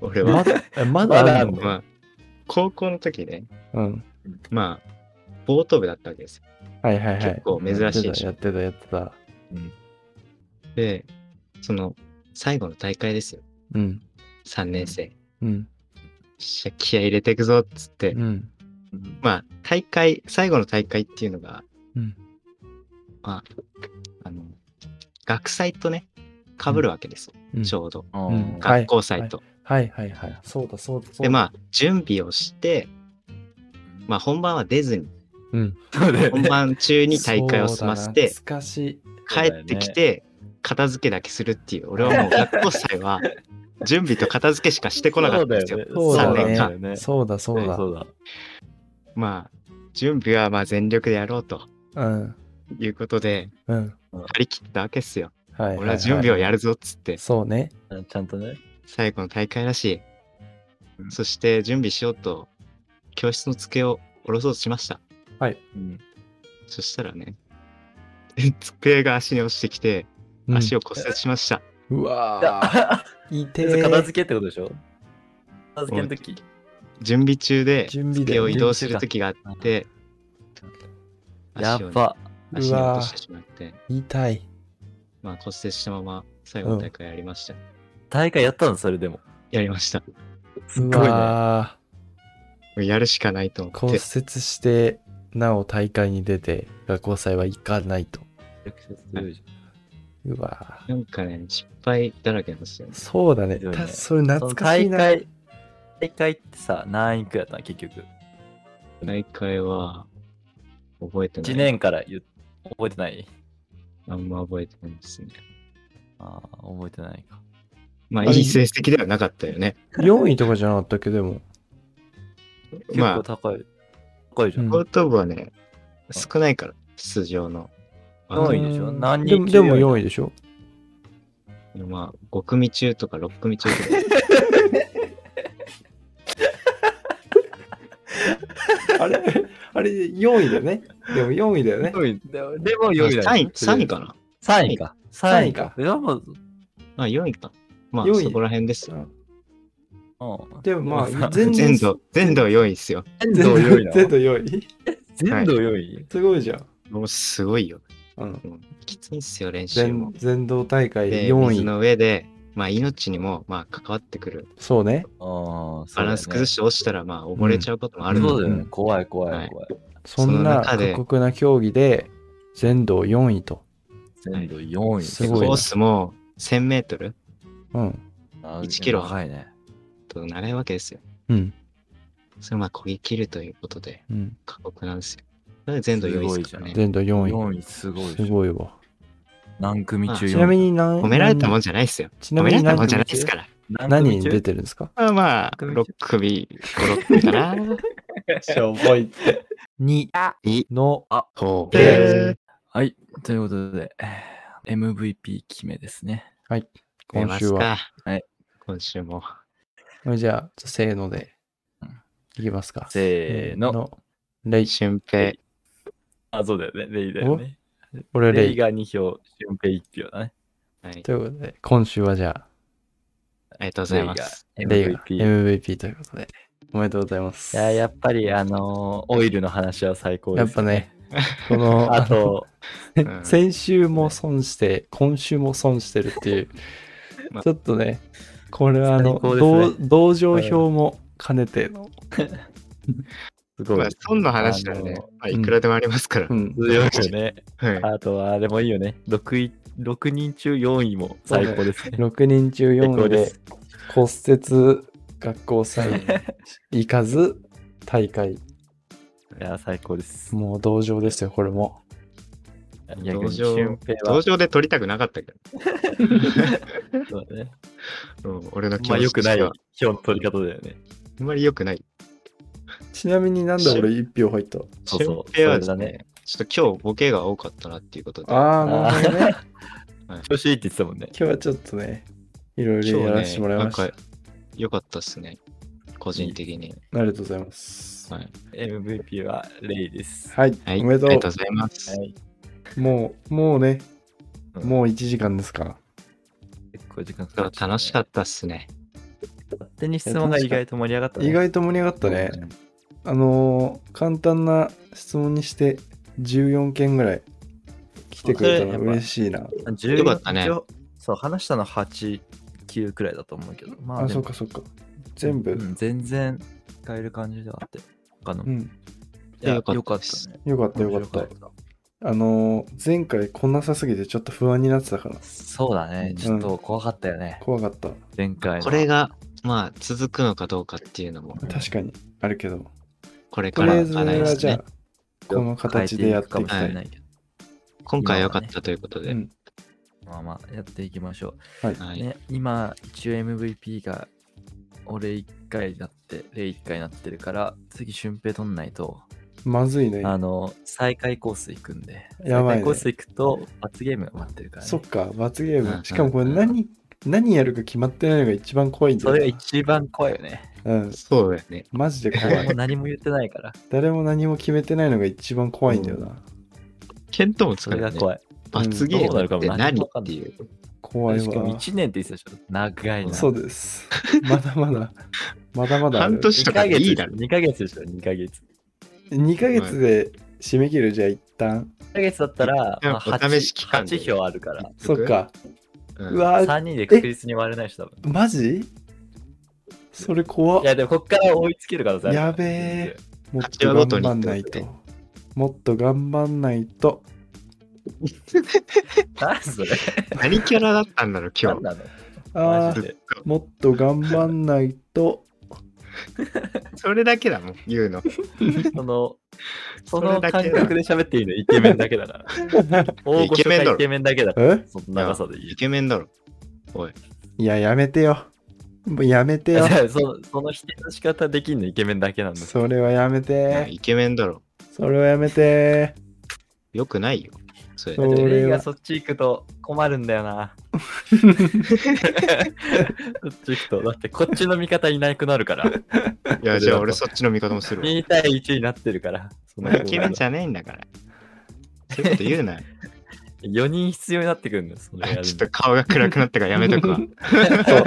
Speaker 3: 俺
Speaker 1: え
Speaker 3: は。
Speaker 1: まだえまだあるの
Speaker 3: まあ、高校の時ね、
Speaker 1: うん
Speaker 3: まあ、ボート部だったわけですよ。
Speaker 1: はいはいはい
Speaker 3: 結構珍しいでしょ
Speaker 1: やってたやってたやって
Speaker 3: で、その、最後の大会ですよ。
Speaker 1: たうん
Speaker 3: 3年生。よ
Speaker 1: うん
Speaker 3: っしゃ、気合入れていくぞっつって、
Speaker 1: うん
Speaker 3: まあ、大会、最後の大会っていうのが、
Speaker 1: うん
Speaker 3: あの、学祭とね、被るわけですよ。
Speaker 1: うん
Speaker 3: ちょうど。
Speaker 2: あー
Speaker 1: うんはい
Speaker 3: 学校祭と。
Speaker 1: はいはいはいそうだそうだそうだ
Speaker 3: で、まあ、準備をして、まあ、本番は出 ずに、
Speaker 1: うん
Speaker 2: そうだよね
Speaker 3: 本番中に大会を済ませて、
Speaker 1: そうだ懐かしい
Speaker 3: 帰ってきて、片付けだけするっていう、俺はもう学校祭 は、準備と片付けしかしてこなかったんですよ。
Speaker 1: そうだ
Speaker 3: 三年間
Speaker 1: ねそうだそうだ
Speaker 2: そうだ。
Speaker 3: まあ、準備はまあ全力でやろうと
Speaker 1: うん
Speaker 3: いうことで、
Speaker 1: うん
Speaker 3: 張り切ったわけっすよ。
Speaker 1: はいはい
Speaker 3: 俺は準備を
Speaker 1: や
Speaker 3: やるぞっつって、
Speaker 1: そうね
Speaker 2: ちゃんとね。
Speaker 3: 最後の大会らし
Speaker 2: う
Speaker 3: い。
Speaker 2: ん
Speaker 3: そして準備しようと、教室の机を下ろそうとしました。
Speaker 2: うん
Speaker 3: そしたらね、 机が足に落ちてきて、
Speaker 1: うん
Speaker 3: 足を骨折しました。
Speaker 1: うわぁ
Speaker 2: あ
Speaker 1: い
Speaker 2: そ
Speaker 1: て
Speaker 2: れ
Speaker 1: ー
Speaker 2: 片付けってことでしょ片付けの時。
Speaker 3: 準備中で
Speaker 1: 準備で
Speaker 3: 机を移動する時があって、
Speaker 2: や
Speaker 3: 足をね
Speaker 2: ば。
Speaker 3: 足に落としてしまって、
Speaker 1: 痛い
Speaker 3: まあ骨折したまま最後の大会やりました。
Speaker 2: 大会やったのそれでも。
Speaker 3: やりました。も
Speaker 2: す
Speaker 1: う
Speaker 2: ごいね。
Speaker 1: わ
Speaker 3: うやるしかないと
Speaker 1: ぁ
Speaker 3: 思っ
Speaker 1: 骨
Speaker 3: て
Speaker 1: 折、してなお大会に出て学校祭は行かないとうわぁ
Speaker 3: なんかね、失敗だらけなんですよ。
Speaker 1: そうだね。
Speaker 2: ひどいね
Speaker 1: たそれ
Speaker 2: その
Speaker 1: 懐かしい
Speaker 2: 大
Speaker 1: な。
Speaker 2: 会、大会ってさ、何いくらやったの結局。
Speaker 3: 大会は、覚えてない。
Speaker 2: 1年から言う覚えてない
Speaker 3: あんま覚えてないですね。
Speaker 2: ああ、覚えてないか。
Speaker 3: まあ、
Speaker 1: あ
Speaker 3: いい成績ではなかったよね。
Speaker 1: 4位とかじゃなかったっけど、でも。
Speaker 2: 結
Speaker 3: ま
Speaker 2: 構
Speaker 3: あ、
Speaker 2: 高い。高いじゃん。
Speaker 1: うん
Speaker 3: 後頭部はね、少ないから、出場の。あ
Speaker 2: 多
Speaker 3: の
Speaker 2: いでしょ
Speaker 1: うん
Speaker 2: 何
Speaker 1: で
Speaker 2: 人
Speaker 1: もでも
Speaker 2: 強いの
Speaker 1: 4位でしょ
Speaker 3: まあ、5組中とか6組中とか。
Speaker 1: あれ あれ4位だよね。でも4位だよね。
Speaker 2: でもでも4位だ
Speaker 3: 3位
Speaker 2: よ。、
Speaker 3: 3位かな
Speaker 2: 3位か。3位
Speaker 1: か
Speaker 2: か。でも、
Speaker 3: まあ、4位か。まあ、
Speaker 1: 4位
Speaker 3: そこら辺ですよ。
Speaker 2: うん。
Speaker 1: でもま
Speaker 2: ま
Speaker 1: あ
Speaker 2: あ、
Speaker 1: 全
Speaker 3: 全
Speaker 1: 然。
Speaker 3: 土、全土4位ですよ。
Speaker 2: 全
Speaker 1: 全
Speaker 2: 土
Speaker 1: 部
Speaker 2: 4位
Speaker 1: 全
Speaker 2: だ
Speaker 1: 部4位。
Speaker 2: 全土4位
Speaker 1: すごいじゃん。
Speaker 3: もうすごいよ。
Speaker 1: うん。
Speaker 3: もうきついんすよ、練習も
Speaker 1: 全。全道大会
Speaker 3: で、水
Speaker 1: 4位。
Speaker 3: の上で、まあ、命にも、まあ、関わってくる。
Speaker 1: そうね。
Speaker 2: ああ、
Speaker 3: バランス崩して落ちたら、まあ、溺れちゃうこともあ
Speaker 2: あ
Speaker 3: る
Speaker 2: る
Speaker 3: ので
Speaker 2: そうだよね
Speaker 1: う。ん
Speaker 2: 怖い怖
Speaker 3: はい
Speaker 2: い怖い。
Speaker 1: そんな
Speaker 3: その中で
Speaker 1: 過酷な競技で全道4位と。
Speaker 2: 全部4位。
Speaker 1: す
Speaker 3: コ
Speaker 1: ごいな
Speaker 3: ースも1000メートル
Speaker 1: うん。
Speaker 2: あ
Speaker 3: 1キロ
Speaker 2: 長いね。
Speaker 3: と長いわけですよ。
Speaker 1: うん。
Speaker 3: それをまあ、こぎ切るということで、
Speaker 1: うん。
Speaker 3: 過酷なんですよ。なので全土用意ですから
Speaker 2: す
Speaker 3: ね。
Speaker 1: 全道4
Speaker 2: 4位すご
Speaker 1: 位。
Speaker 2: い。
Speaker 1: すごいわ。
Speaker 2: 何組中4位。
Speaker 1: ちなみに何
Speaker 3: 褒められたもん
Speaker 1: ん
Speaker 3: じゃないですよ。
Speaker 1: ち
Speaker 3: 褒
Speaker 1: な
Speaker 3: め
Speaker 1: み
Speaker 3: ら
Speaker 1: に
Speaker 3: れ
Speaker 1: 何
Speaker 3: たも
Speaker 1: 組
Speaker 3: んじゃないですから。
Speaker 1: 何人出
Speaker 2: で
Speaker 1: てるんですか
Speaker 3: まあまあ、
Speaker 2: 組中
Speaker 3: 6組、5、6組か な。
Speaker 1: しょぼいって。2
Speaker 3: に
Speaker 1: の、
Speaker 3: ほう。
Speaker 1: え
Speaker 2: はい。ということで、えー MVP 決めですね。
Speaker 3: 出
Speaker 1: 今
Speaker 3: ま
Speaker 1: 週
Speaker 3: す
Speaker 1: は。
Speaker 3: か。
Speaker 2: はい。
Speaker 3: 今週も。
Speaker 1: じゃあ、せーので
Speaker 2: うん。
Speaker 1: いきますか。
Speaker 2: せーの。
Speaker 1: レイ。
Speaker 3: 俊平。
Speaker 2: あ、そうだよね。レイだよね。
Speaker 1: 俺レ
Speaker 2: レイ
Speaker 1: イ。
Speaker 2: が2票、俊平1票だね。
Speaker 3: はい。
Speaker 1: ということで、今週はじゃあ、
Speaker 3: ありがとうござ
Speaker 2: レ
Speaker 3: い
Speaker 2: イ
Speaker 3: ま
Speaker 2: が
Speaker 3: す。
Speaker 1: レイが
Speaker 2: MVP。
Speaker 1: MVP ということで、おめでとうございます。
Speaker 2: いや、やっぱり、あのーオイルの話は最高
Speaker 1: や
Speaker 2: で
Speaker 1: っ
Speaker 2: す、
Speaker 1: ぱね、この、
Speaker 2: あと、
Speaker 1: あの
Speaker 3: うん
Speaker 1: 先週も損して、今週も損してるっていう
Speaker 3: ま、あ
Speaker 1: ちょっとね、これはあの、
Speaker 2: 最高ですね
Speaker 1: 同同情表も兼ねての、
Speaker 2: すごい。
Speaker 3: まあ、損の話ならね
Speaker 2: あの、
Speaker 3: まあ、いくらでもありますから。
Speaker 1: うん
Speaker 2: 強いよね。
Speaker 3: はい。
Speaker 2: あとは、あれもいいよね。6位、六人中4位も最高ですね。
Speaker 1: 6人中
Speaker 2: 最
Speaker 1: 4
Speaker 2: 高
Speaker 1: 位
Speaker 2: で。
Speaker 1: です骨折、学校祭、行かず、大会、
Speaker 2: いや、最高です。
Speaker 1: もう同情ですよ、これも。
Speaker 2: 逆
Speaker 3: 同
Speaker 2: に
Speaker 3: 情
Speaker 2: 俊平
Speaker 3: 同
Speaker 2: は、
Speaker 3: 情で取りたくなかったけ
Speaker 2: そうだね、
Speaker 3: ど、うん俺の気
Speaker 2: まあ
Speaker 3: 持ち
Speaker 2: 良く
Speaker 3: と
Speaker 2: な
Speaker 3: し
Speaker 2: い
Speaker 3: ては
Speaker 2: 票の取り方だよね。
Speaker 3: あんまり良くない。
Speaker 1: ちなみになんで俺1票入った
Speaker 2: そうそう
Speaker 3: 俊平はです
Speaker 2: それだ
Speaker 3: ね、ちょっと今日ボケが多かったなっていうことで、
Speaker 1: ああ、なるほどね。
Speaker 2: 調子いいって言ってたもんね。
Speaker 1: 今日はちょっとね、いろいろや
Speaker 3: 今
Speaker 1: らせ
Speaker 3: 日
Speaker 1: てもら
Speaker 3: ね、
Speaker 1: い
Speaker 3: なん
Speaker 1: ました。
Speaker 3: か良かったっすね。個人的に。
Speaker 1: ありがとうございます。
Speaker 3: はい。
Speaker 2: MVP はレイです。
Speaker 1: はい、
Speaker 3: はい、
Speaker 1: おめ
Speaker 3: あり
Speaker 1: で
Speaker 3: がと
Speaker 1: と
Speaker 3: うございます。
Speaker 2: はい。
Speaker 1: う。もう、もうね、
Speaker 2: うん
Speaker 1: もう1時間ですから。
Speaker 2: 結構時間かか
Speaker 3: だから楽しか
Speaker 2: っ
Speaker 3: ったっすね。
Speaker 2: た。勝手に質問が意外と盛り上がった、ね。
Speaker 1: 意外と盛り上がったね。あのー簡単な質問にして14件ぐらい来てくれたの嬉しいな。
Speaker 2: 14
Speaker 3: よかったね
Speaker 2: 一応そう、話したの8、9くらいだと思うけど。まあ、
Speaker 1: あ、
Speaker 2: で
Speaker 1: そ
Speaker 2: も
Speaker 1: うかそうか。全部、
Speaker 2: う
Speaker 1: うん
Speaker 2: ん全然使える感じではあって。他の。いや
Speaker 3: よかった
Speaker 2: よかっ
Speaker 3: です
Speaker 2: たね。
Speaker 1: よかったよかっ。
Speaker 2: 面白った
Speaker 1: あのー前回来なさすぎてちょっと不安になってたから
Speaker 2: た。そうだね。ちょっと怖かったよね。
Speaker 1: 怖かった。
Speaker 2: 前回の。
Speaker 3: これが、まあ、続くのかどうかっていうのも、
Speaker 1: 確かにあるけど。
Speaker 3: これ
Speaker 1: と
Speaker 3: か
Speaker 1: りあ
Speaker 3: ら
Speaker 1: えず
Speaker 3: 課題で
Speaker 1: は
Speaker 3: す
Speaker 1: じゃ
Speaker 3: ね。
Speaker 1: あ、この形でやっていきたい。
Speaker 2: 変えくかもしれないけど
Speaker 3: 今回良かったということ
Speaker 1: う
Speaker 3: で、
Speaker 1: ん、
Speaker 2: まあまあ、やっていきましょ
Speaker 1: はい。
Speaker 3: は
Speaker 2: う。
Speaker 3: い。
Speaker 2: ね、今、一応 MVP が俺1回になって、例1回になってるから、次、俊平取んないと、
Speaker 1: まずいね。
Speaker 2: あの、再開コース行くんで、
Speaker 1: やばいね
Speaker 2: 再開コース行くと、罰ゲームが待ってるから、ね。
Speaker 1: そっか、罰ゲー
Speaker 3: う
Speaker 1: ム。
Speaker 3: ん
Speaker 1: しかもこれ何、何やるか決まってないのが一番怖いんだ
Speaker 2: そ
Speaker 1: よ
Speaker 2: れが
Speaker 1: な。
Speaker 2: 一番怖いよね。
Speaker 1: うん、
Speaker 3: そうだよね。
Speaker 1: マジで怖
Speaker 2: 誰も
Speaker 1: い。
Speaker 2: 何も言ってないから、
Speaker 1: 誰も何も決めてないのが一番怖いんだよな。
Speaker 3: 見当もつ
Speaker 2: そ
Speaker 3: か
Speaker 2: れ
Speaker 3: な
Speaker 2: が
Speaker 3: い、ね。
Speaker 2: 怖い。
Speaker 3: 罰ゲ
Speaker 2: どうな
Speaker 3: ー
Speaker 2: る
Speaker 3: ム
Speaker 2: か
Speaker 3: っ
Speaker 2: も
Speaker 3: て何
Speaker 2: 何も
Speaker 3: っ
Speaker 2: わかん
Speaker 3: て
Speaker 2: ない
Speaker 3: いう。
Speaker 1: 怖い
Speaker 2: しかも
Speaker 1: わ。
Speaker 2: 1年って言ってたでしょ。長いな。
Speaker 1: そうです。まだまだ。まだまだある。
Speaker 3: 半年
Speaker 2: 2
Speaker 3: とか
Speaker 2: ヶ
Speaker 3: で
Speaker 2: 月
Speaker 3: い
Speaker 2: でし
Speaker 3: いだ
Speaker 2: ょ。
Speaker 3: ろ。
Speaker 2: 2ヶ月でしょ、2ヶ月。
Speaker 1: 2ヶ月で締め切るじゃあ一旦。
Speaker 2: 1ヶ月だったら、
Speaker 3: いや
Speaker 2: まあ
Speaker 3: お試し期間で
Speaker 2: 8票あるから。
Speaker 1: そっか。
Speaker 3: うん
Speaker 1: うわ、
Speaker 2: 3人で確実に割れないし、多分。
Speaker 1: マジそれ怖っ
Speaker 2: いや、でもこっから追いつけるからさ。
Speaker 1: やべえ。もっ
Speaker 3: 8話ごと
Speaker 1: と頑
Speaker 3: に
Speaker 1: 張
Speaker 3: っ
Speaker 1: ん
Speaker 3: てことね
Speaker 1: ないと。もっと頑張んないと。
Speaker 2: 何それ
Speaker 3: 何キャラだったんだろう、今
Speaker 2: 何
Speaker 3: 日。
Speaker 2: なの
Speaker 1: あ
Speaker 2: マ
Speaker 1: あ
Speaker 2: ジ
Speaker 3: ず
Speaker 2: で
Speaker 3: っと
Speaker 1: もっと頑張んない と。
Speaker 3: それだけだもん、言うの。
Speaker 2: その、 そ
Speaker 3: それ
Speaker 2: の
Speaker 3: だ
Speaker 2: 感
Speaker 3: け だ
Speaker 2: 覚で喋っていいのイケメンだけだ から。大御所
Speaker 3: イケメンだ
Speaker 2: か
Speaker 3: ろ
Speaker 2: イケメンだけだから。
Speaker 1: え
Speaker 2: その長さでい
Speaker 3: イ
Speaker 2: い。
Speaker 3: ケメンだろ。
Speaker 1: いや、やめてよ。もうやめて
Speaker 2: い
Speaker 1: よ。
Speaker 2: やそのその否定の仕方できんのイケメンだけなんだ。
Speaker 1: それはやめて。
Speaker 3: イケメンだろ。
Speaker 1: それはやめ て。
Speaker 3: よくないよ。それ
Speaker 1: そう
Speaker 2: でレイ
Speaker 1: 俺は
Speaker 2: がそっち行くと困るんだよな。そっち行くと。だってこっちの味方いなくなるから。
Speaker 3: いや、じゃあ俺そっちの味方もする わ。
Speaker 2: 2対1になってるから。その
Speaker 3: イケメンじゃないんだから。そういうこと言 うな。
Speaker 2: 4人必要になってくるんだよ。それやる
Speaker 3: ちょっと顔が暗くなったからやめ とくわ。
Speaker 1: そう。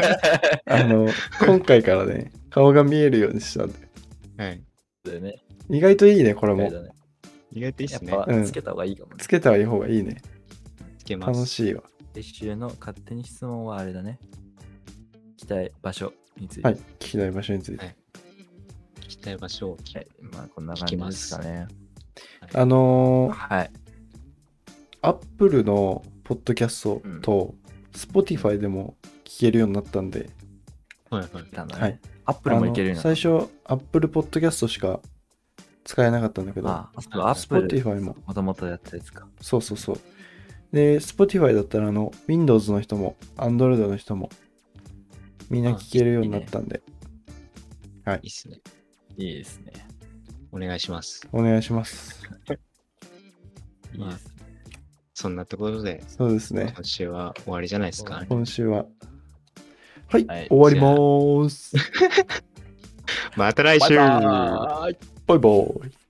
Speaker 1: あの、今回からね、顔が見えるようにしたんで。
Speaker 3: はい。
Speaker 2: だよね。
Speaker 1: 意外といいね、これ
Speaker 2: 意
Speaker 1: も。
Speaker 2: 外だね
Speaker 3: 意外といいっ
Speaker 2: やっ
Speaker 3: すね。
Speaker 1: う
Speaker 2: ぱ
Speaker 1: ん
Speaker 2: つけた方がいいかも、ね
Speaker 1: つけた方がいいね。
Speaker 3: つけま
Speaker 1: 楽
Speaker 3: す。
Speaker 1: しいわ。
Speaker 2: 一周の勝手に質問はあれだね。行きたい場所について。
Speaker 1: はい。聞きたい場所について。
Speaker 3: はい聞きたい場所を聞
Speaker 2: はいまあ、こんな感じですかね。
Speaker 1: あのー、
Speaker 2: はい。
Speaker 1: Apple のポッドキャストと Spotify でも聞けるようになったんで、
Speaker 3: はいはい。
Speaker 2: なんだね
Speaker 1: はい。
Speaker 2: アップルもいけるよう
Speaker 1: あ
Speaker 2: に
Speaker 1: の
Speaker 2: な
Speaker 1: 最
Speaker 2: った。
Speaker 1: 初、Apple ポッドキャストしか使えなかったんだけど、
Speaker 2: あ、そうアップル、
Speaker 1: Spotify も
Speaker 2: もともとやったやつか。
Speaker 1: そうそうそう。で、Spotify だったら、あの、Windows の人も、Android の人も、みんな聞けるようになったんで、
Speaker 3: いいっすね。
Speaker 2: いいですね。
Speaker 3: お願いします。
Speaker 1: お願いします。
Speaker 2: いいですね。
Speaker 3: そんなところで、
Speaker 1: そうですね。
Speaker 3: 今週は終わりじゃないですか。
Speaker 1: 今週は。はい、
Speaker 2: はい
Speaker 1: 終わりまーす。
Speaker 3: また来
Speaker 2: バ
Speaker 3: 週
Speaker 2: イバーイ
Speaker 1: バイバイ。